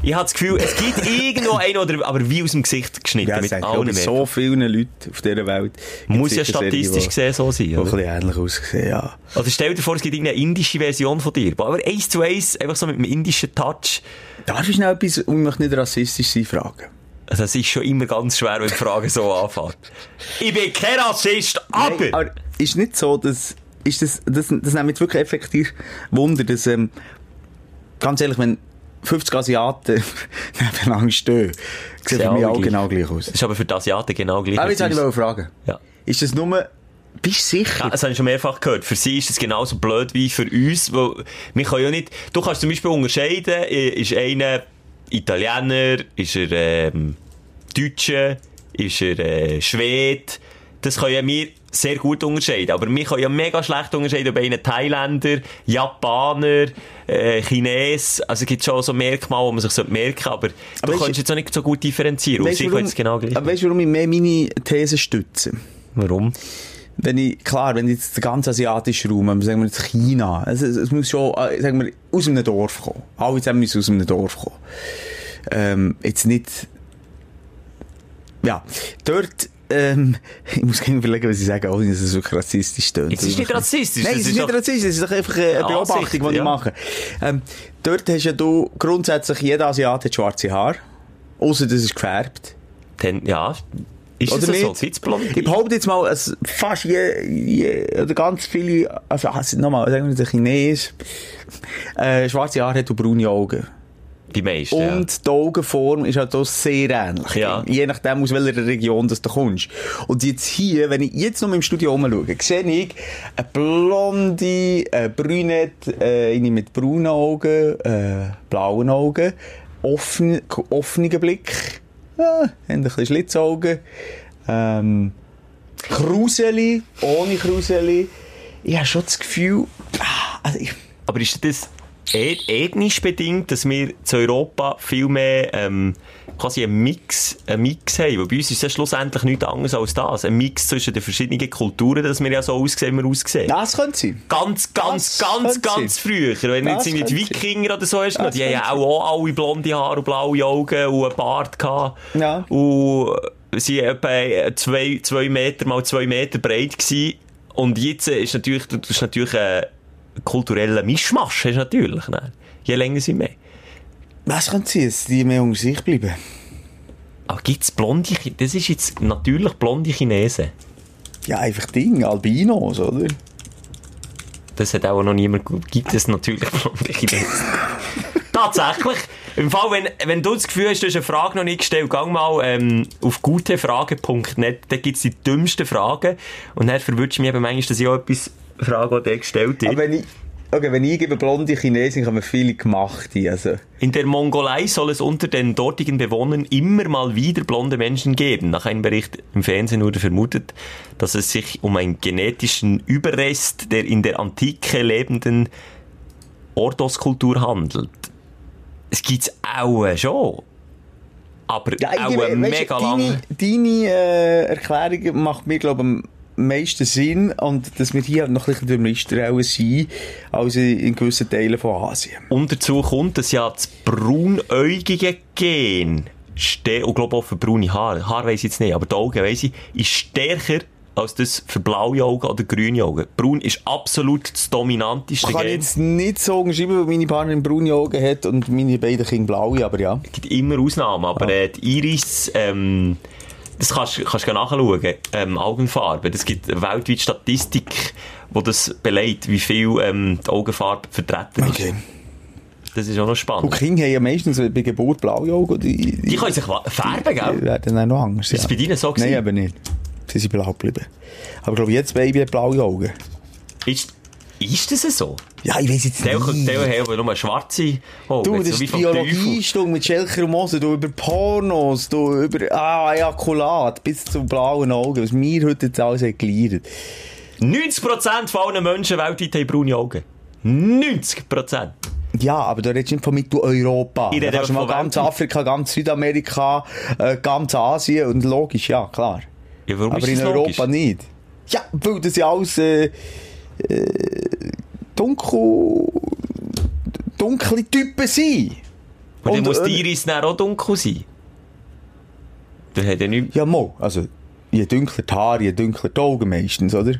Ich habe das Gefühl, es gibt irgendwo einen, oder, aber wie aus dem Gesicht geschnitten, Ja, das mit sind, glaube allen ich, so so vielen Leuten auf dieser Welt. Gibt's Muss ja sicher solche, statistisch die- gesehen so sein, die ein oder? bisschen ähnlich ausgesehen, ja. Also stell dir vor, es gibt irgendeine indische Version von dir. Aber eins zu eins, einfach so mit einem indischen Touch. Darf ich noch etwas, und ich möchte nicht rassistisch sein, fragen? Also es ist schon immer ganz schwer, wenn die Frage so anfängt. Ich bin kein Rassist, aber... Nein, aber ist nicht so, dass, ist das, das, das nimmt mich wirklich effektiv Wunder, dass, ähm, ganz ehrlich, wenn 50 Asiaten nebeneinander stehen, sieht Sehen für mich alle auch gleich. genau gleich aus. das ist aber für die Asiaten genau gleich. Aber jetzt wie wollte ich es- mal fragen. ja. Ist das nur, bist du sicher? Ja, Ah, das habe ich schon mehrfach gehört. Für sie ist es genauso blöd wie für uns, weil wir können ja nicht... Du kannst zum Beispiel unterscheiden, äh, ist einer Italiener, ist er ähm, Deutscher, ist er äh, Schwede. Das können ja wir sehr gut unterscheiden. Aber wir können ja mega schlecht unterscheiden, ob einer Thailänder, Japaner, äh, Chines. Also es gibt schon so Merkmale, die man sich sollte merken aber, Aber du ist- kannst jetzt auch nicht so gut differenzieren. Und Weißt sie du, können es genau gleich. aber weißt du, warum ich mehr meine These stütze? Warum? wenn ich, klar, wenn jetzt der ganze asiatische Raum, wenn wir sagen wir jetzt China, es, es, es muss schon, äh, sagen wir, aus einem Dorf kommen. Alle zusammen müssen aus einem Dorf kommen. Ähm, jetzt nicht, ja, dort, ähm, ich muss gerne überlegen, was ich sage, ohne dass es wirklich rassistisch tönt. Es ist nicht rassistisch. Nein, das es ist nicht doch- rassistisch, es ist doch einfach eine Eine Beobachtung, Ansicht, die ich ja. mache. Ähm, dort hast ja du grundsätzlich, jeder Asiat hat schwarze Haare, außer das ist gefärbt. Dann, ja. Ist Oder das so? nicht? Gibt's blonde? Ich behaupte jetzt mal, also fast je, je, oder ganz viele, also ah, sind nochmal, sagen wir jetzt ein Chines, äh, schwarze Haare hat und braune Augen. Die meisten, Und ja. die Augenform ist halt auch sehr ähnlich. Ja. Je nachdem, aus welcher Region das du kommst. Und jetzt hier, wenn ich jetzt noch im Studio rumschaue, sehe ich eine blonde, eine brünette, äh, eine mit braunen Augen, äh, blauen Augen, offen, offenen Blick, ja, ein bisschen Schlitzaugen, ähm, Kruseli, ohne Kruseli. Ich habe schon das Gefühl, ah, also ich, Aber ist das e- ethnisch bedingt, dass wir zu Europa viel mehr ähm, quasi einen Mix, einen Mix haben? Weil bei uns ist das schlussendlich nichts anderes als das. Ein Mix zwischen den verschiedenen Kulturen, dass wir ja so aussehen, wie wir aussehen. das könnte sein. Ganz, ganz, Das ganz, könnte ganz früher. Wenn du Das jetzt irgendwie die könnte Wikinger oder so hast, Das die haben ja könnte auch, auch alle blonde Haare und blaue Augen und einen Bart gehabt. Ja. Und sie waren etwa zwei, zwei Meter mal zwei Meter breit. Gewesen. Und jetzt äh, ist natürlich, du hast natürlich einen kulturellen Mischmasch, hast du natürlich. Ne? Je länger sie mehr. Was könnte sein, dass die mehr unter sich bleiben? Aber gibt's blonde Chi- Das ist jetzt natürlich blonde Chinesen. Ja, einfach Ding, Albinos, oder? Das hat auch noch niemand ge- Gibt es natürlich blonde Chinesen? Tatsächlich. Im Fall, wenn, wenn du das Gefühl hast, du hast eine Frage noch nicht gestellt, geh mal ähm, auf gutefragen.net, da gibt es die dümmsten Fragen. Und dann verwirrt mich eben manchmal, dass ich auch etwas frage, das der gestellt Aber wird. wenn ich, okay, wenn ich eingebe blonde Chinesen, haben wir viele gemacht. Also. In der Mongolei soll es unter den dortigen Bewohnern immer mal wieder blonde Menschen geben. Nach einem Bericht im Fernsehen wurde vermutet, dass es sich um einen genetischen Überrest der in der Antike lebenden Ordos-Kultur handelt. Es gibt es auch schon. Aber auch gebe- weisst du, mega lang. Deine, deine äh, Erklärung macht mir, glaube ich, am meisten Sinn. Und dass wir hier noch ein bisschen dümmer sind, als in in gewissen Teilen von Asien. Und dazu kommt, dass ja das braunäugige Gen, ste- und glaube auch für braune Haare, Haare weiss ich jetzt nicht, aber die Augen weiss ich, ist stärker als das für blaue Augen oder grüne Augen. Braun ist absolut das dominanteste Ich kann Gen. jetzt nicht so schreiben, weil meine Partnerin braune Augen hat und meine beiden Kinder blaue, aber ja. Es gibt immer Ausnahmen, Ah. aber äh, die Iris, ähm, das kannst du kannst gerne nachschauen, ähm, Augenfarbe. Es gibt eine weltweite Statistik, die das belegt, wie viel ähm, die Augenfarbe vertreten ist. Das ist auch noch spannend. Und die Kinder haben ja meistens bei Geburt blaue Augen. Die, Die können sich wa- färben, gell? Die werden Äh, dann noch anders. Ist es bei dir so gewesen? Nein, eben nicht. Sie sind blau geblieben. Aber ich glaube, jetzt Baby hat blaue Augen. Ist, ist das so? Ja, ich weiß jetzt Der nicht. kommt der her, aber nur schwarze Augen. Du, so das wie ist vom Teufel. Biologiestunde mit Schelker und Moser, du über Pornos, du über ah, Ejakulat bis zu blauen Augen, was mir heute jetzt alles erklärt. 90% von allen Menschen weltweit haben braune Augen. 90%. Ja, aber da redest du nicht von Mitteleuropa. Ich Da rede kannst du mal einfach von ganz Welt. Afrika, ganz Südamerika, äh, ganz Asien und logisch, ja, klar. Ja, warum aber ist in das Europa logisch? nicht. Ja, weil das ja alles äh, äh, dunkel, dunkle Typen sind. Und dann Und, muss äh, die Iris dann auch dunkel sein. Der hat ja nicht... Ja, mal. Also, je dunkler die Haare, je dunkler die Augen meistens, oder?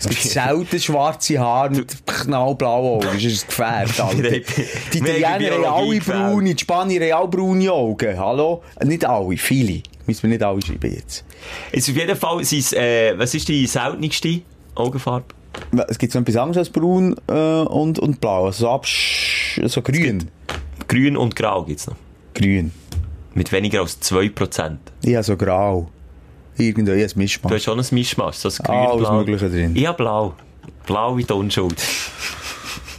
Es gibt selten schwarze Haare mit knallblauen Augen. Das ist ein Gefährt, Alter. haben- Die wir haben Italiener haben alle Biologie braune, die Spanier haben auch braune Augen. Hallo? Nicht alle, viele. Müssen wir nicht alle schreiben jetzt. Also auf jeden Fall, sind es, äh, was ist die seltenste Augenfarbe? Es gibt noch etwas anderes als braun äh, und, und blau. Also so absch... so grün. Grün und Grau gibt es noch. Grün. Mit weniger als 2%. Ich habe so grau. Irgendwie ein Du Mischmasch. hast schon ein Mischmasch, so ein Alles grün-blau. Mögliche drin. Ja, blau. Blau wie die Unschuld.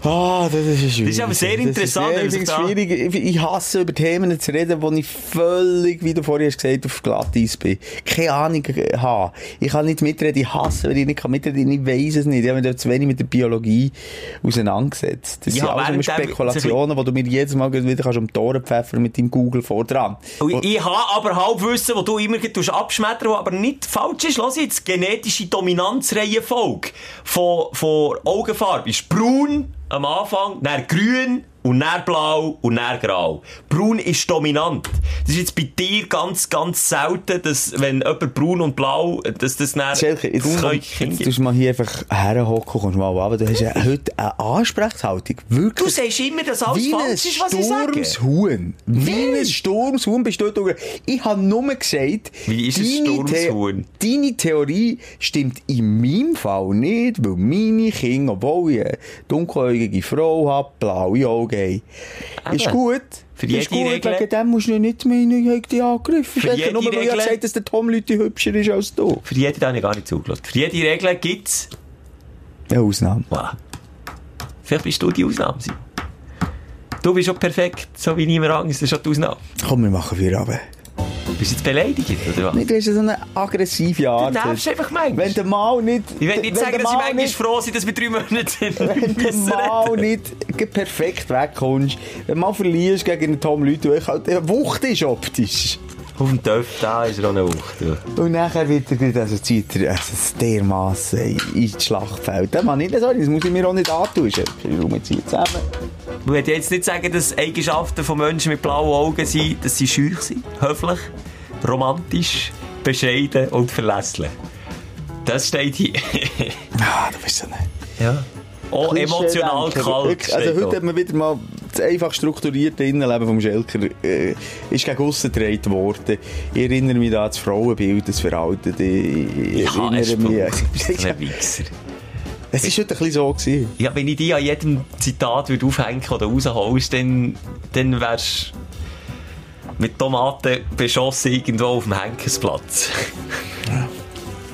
Ah, das ist schwierig. Das ist aber sehr interessant, Das wenn man ist sich sehr da- schwierig. Ich, ich hasse über Themen zu reden, wo ich völlig, wie du vorhin hast gesagt, auf Glatteis bin. Keine Ahnung äh, habe. Ich kann nicht mitreden. Ich hasse, wenn ich nicht kann mitreden Ich weiß es nicht. Ich habe mich da zu wenig mit der Biologie auseinandergesetzt. Das Ja, sind alles immer währenddem- Spekulationen, die du mir jedes Mal wieder kannst um die Ohren pfeffern mit deinem Google vor dran. Und ich- ich habe aber Halbwissen, das du immer gleich tust abschmettern, das aber nicht falsch ist. Lass jetzt, die genetische Dominanzreihenfolge von, von Augenfarbe ist braun am Anfang, dann grün und dann blau und dann grau. Braun ist dominant. Das ist jetzt bei dir ganz, ganz selten, dass wenn jemand braun und blau, dass das dann... Schelke, jetzt, das komm, kann- jetzt tust du mal hier einfach herhocken, kommst mal runter. Du hast ja heute eine Ansprechhaltung. Wirklich. Du sagst immer, dass alles Wie ein falsch ist, was ich sage. Sturmshuhn. Wie Nein. ein Sturmshuhn bist du durch. Ich habe nur gesagt, Wie ist ein deine The- Sturmshuhn? Deine Theorie stimmt in meinem Fall nicht, weil meine Kinder, obwohl ich eine dunkeläugige Frau habe, blaue Augen haben. Ist Eben. gut. Für jede ist gut, Regel. wegen dem musst du nicht meinen, ich habe dich angegriffen. Für jede Nur weil ich Regel. gesagt dass der Tom Leute hübscher ist als du. Für jede habe ich gar nicht zugelassen. Für jede Regel gibt es... Eine Ausnahme. Voilà. Vielleicht bist du die Ausnahme. Simon. Du bist schon perfekt, so wie niemand anderes. Das ist schon die Ausnahme. Komm, wir machen Feierabend. Du bist jetzt beleidigt, oder was? Du hast ja so eine aggressive Art. nervst einfach manchmal. Wenn der Mal nicht... Ich will wenn nicht sagen, der dass ich Mal manchmal nicht- froh bin, dass wir drei Monate sind. wenn du mal nicht ge- perfekt wegkommst, wenn du mal verlierst gegen einen Tom Leute, ich halt, die Wucht ist eh, optisch. Auf dem Töpf, da ist er auch eine Wucht. ja. Und nachher wird er gerade, also zieht er also dermassen ins Schlachtfeld. Das, man nicht, sorry, das muss ich mir auch nicht antun. Ich ziehe zusammen. Ich will jetzt nicht sagen, dass Eigenschaften von Menschen mit blauen Augen sind, dass sie schüch sind, höflich, romantisch, bescheiden und verlässlich. Das steht hier. Ah, du bist so nicht. ja. Auch emotional Klischee-denken. kalt. Wirklich, Also steht heute da. hat man wieder mal das einfach strukturierte Innenleben vom Schelker äh, ist gegen aussen gedreht worden. Ich erinnere mich da an das Frauenbild, das veraltete. Ich, ich Ich habe erinnere es mich. gebraucht. Du bist ein Wichser. Es war heute ein bisschen so. Gewesen. Ja, wenn ich die an jedem Zitat würde aufhängen oder rausholst, dann, dann wärst mit Tomaten beschossen irgendwo auf dem Henkersplatz.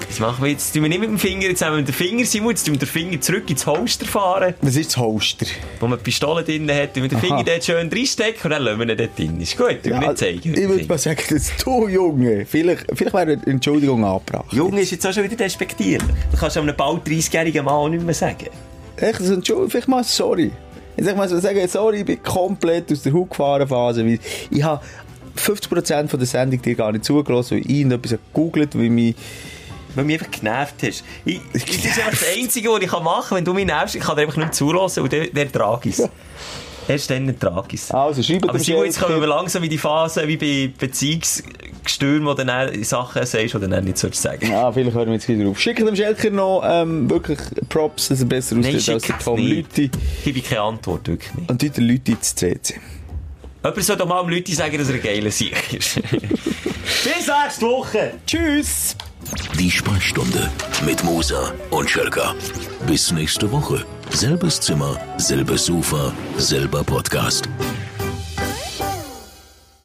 Das machen wir jetzt, tun wir nicht mit dem Finger, jetzt haben wir den Finger, Simon, jetzt tun wir den Finger zurück ins Holster fahren, Was ist das Holster? wo man die Pistole drin hat, tun wir den Finger Aha. dort schön reinstecken und dann lassen wir ihn dort drin. Ist gut, tun wir nicht zeigen. ich würde mal sagen, dass du, Junge, vielleicht, vielleicht wäre eine Entschuldigung angebracht. Junge ist jetzt auch schon wieder despektierlich. Das kannst du einem bald 30-jährigen Mann auch nicht mehr sagen. Echt, das Entschuldigung, vielleicht mal sorry. Ich sag mal so sagen, sorry, ich bin komplett aus der Haut gefahren Phase, weil ich habe 50% von der Sendung dir gar nicht zugelassen, weil ich irgendetwas gegoogelt habe, weil mich... Weil du mich einfach genervt hast. Ich, das ist einfach das Einzige, was ich machen kann. Wenn du mich nervst, ich kann dir einfach nicht mehr zulassen und dann, dann ertrage ich es. Erst dann ertrage ich es. Also, schreibt Aber dem Simon, jetzt Schelke- kommen wir langsam in die Phase, wie bei Beziehungsgestürmen, wo du dann Sachen sagst, die du dann nicht sollst sagen Ah, vielleicht hören wir jetzt wieder auf. Schickt dem Schelker noch ähm, wirklich Props, dass er besser aussieht als der es Tom nicht. Lüthi. Gib ich keine Antwort, wirklich nicht. Und heute Leute ins CC. Jemand soll doch mal dem Leuten sagen, dass er ein geiler Sieg ist. Bis nächste Woche! Tschüss! Die Sprechstunde mit Musa und Schelka. Bis nächste Woche. Selbes Zimmer, selbes Sofa, selber Podcast.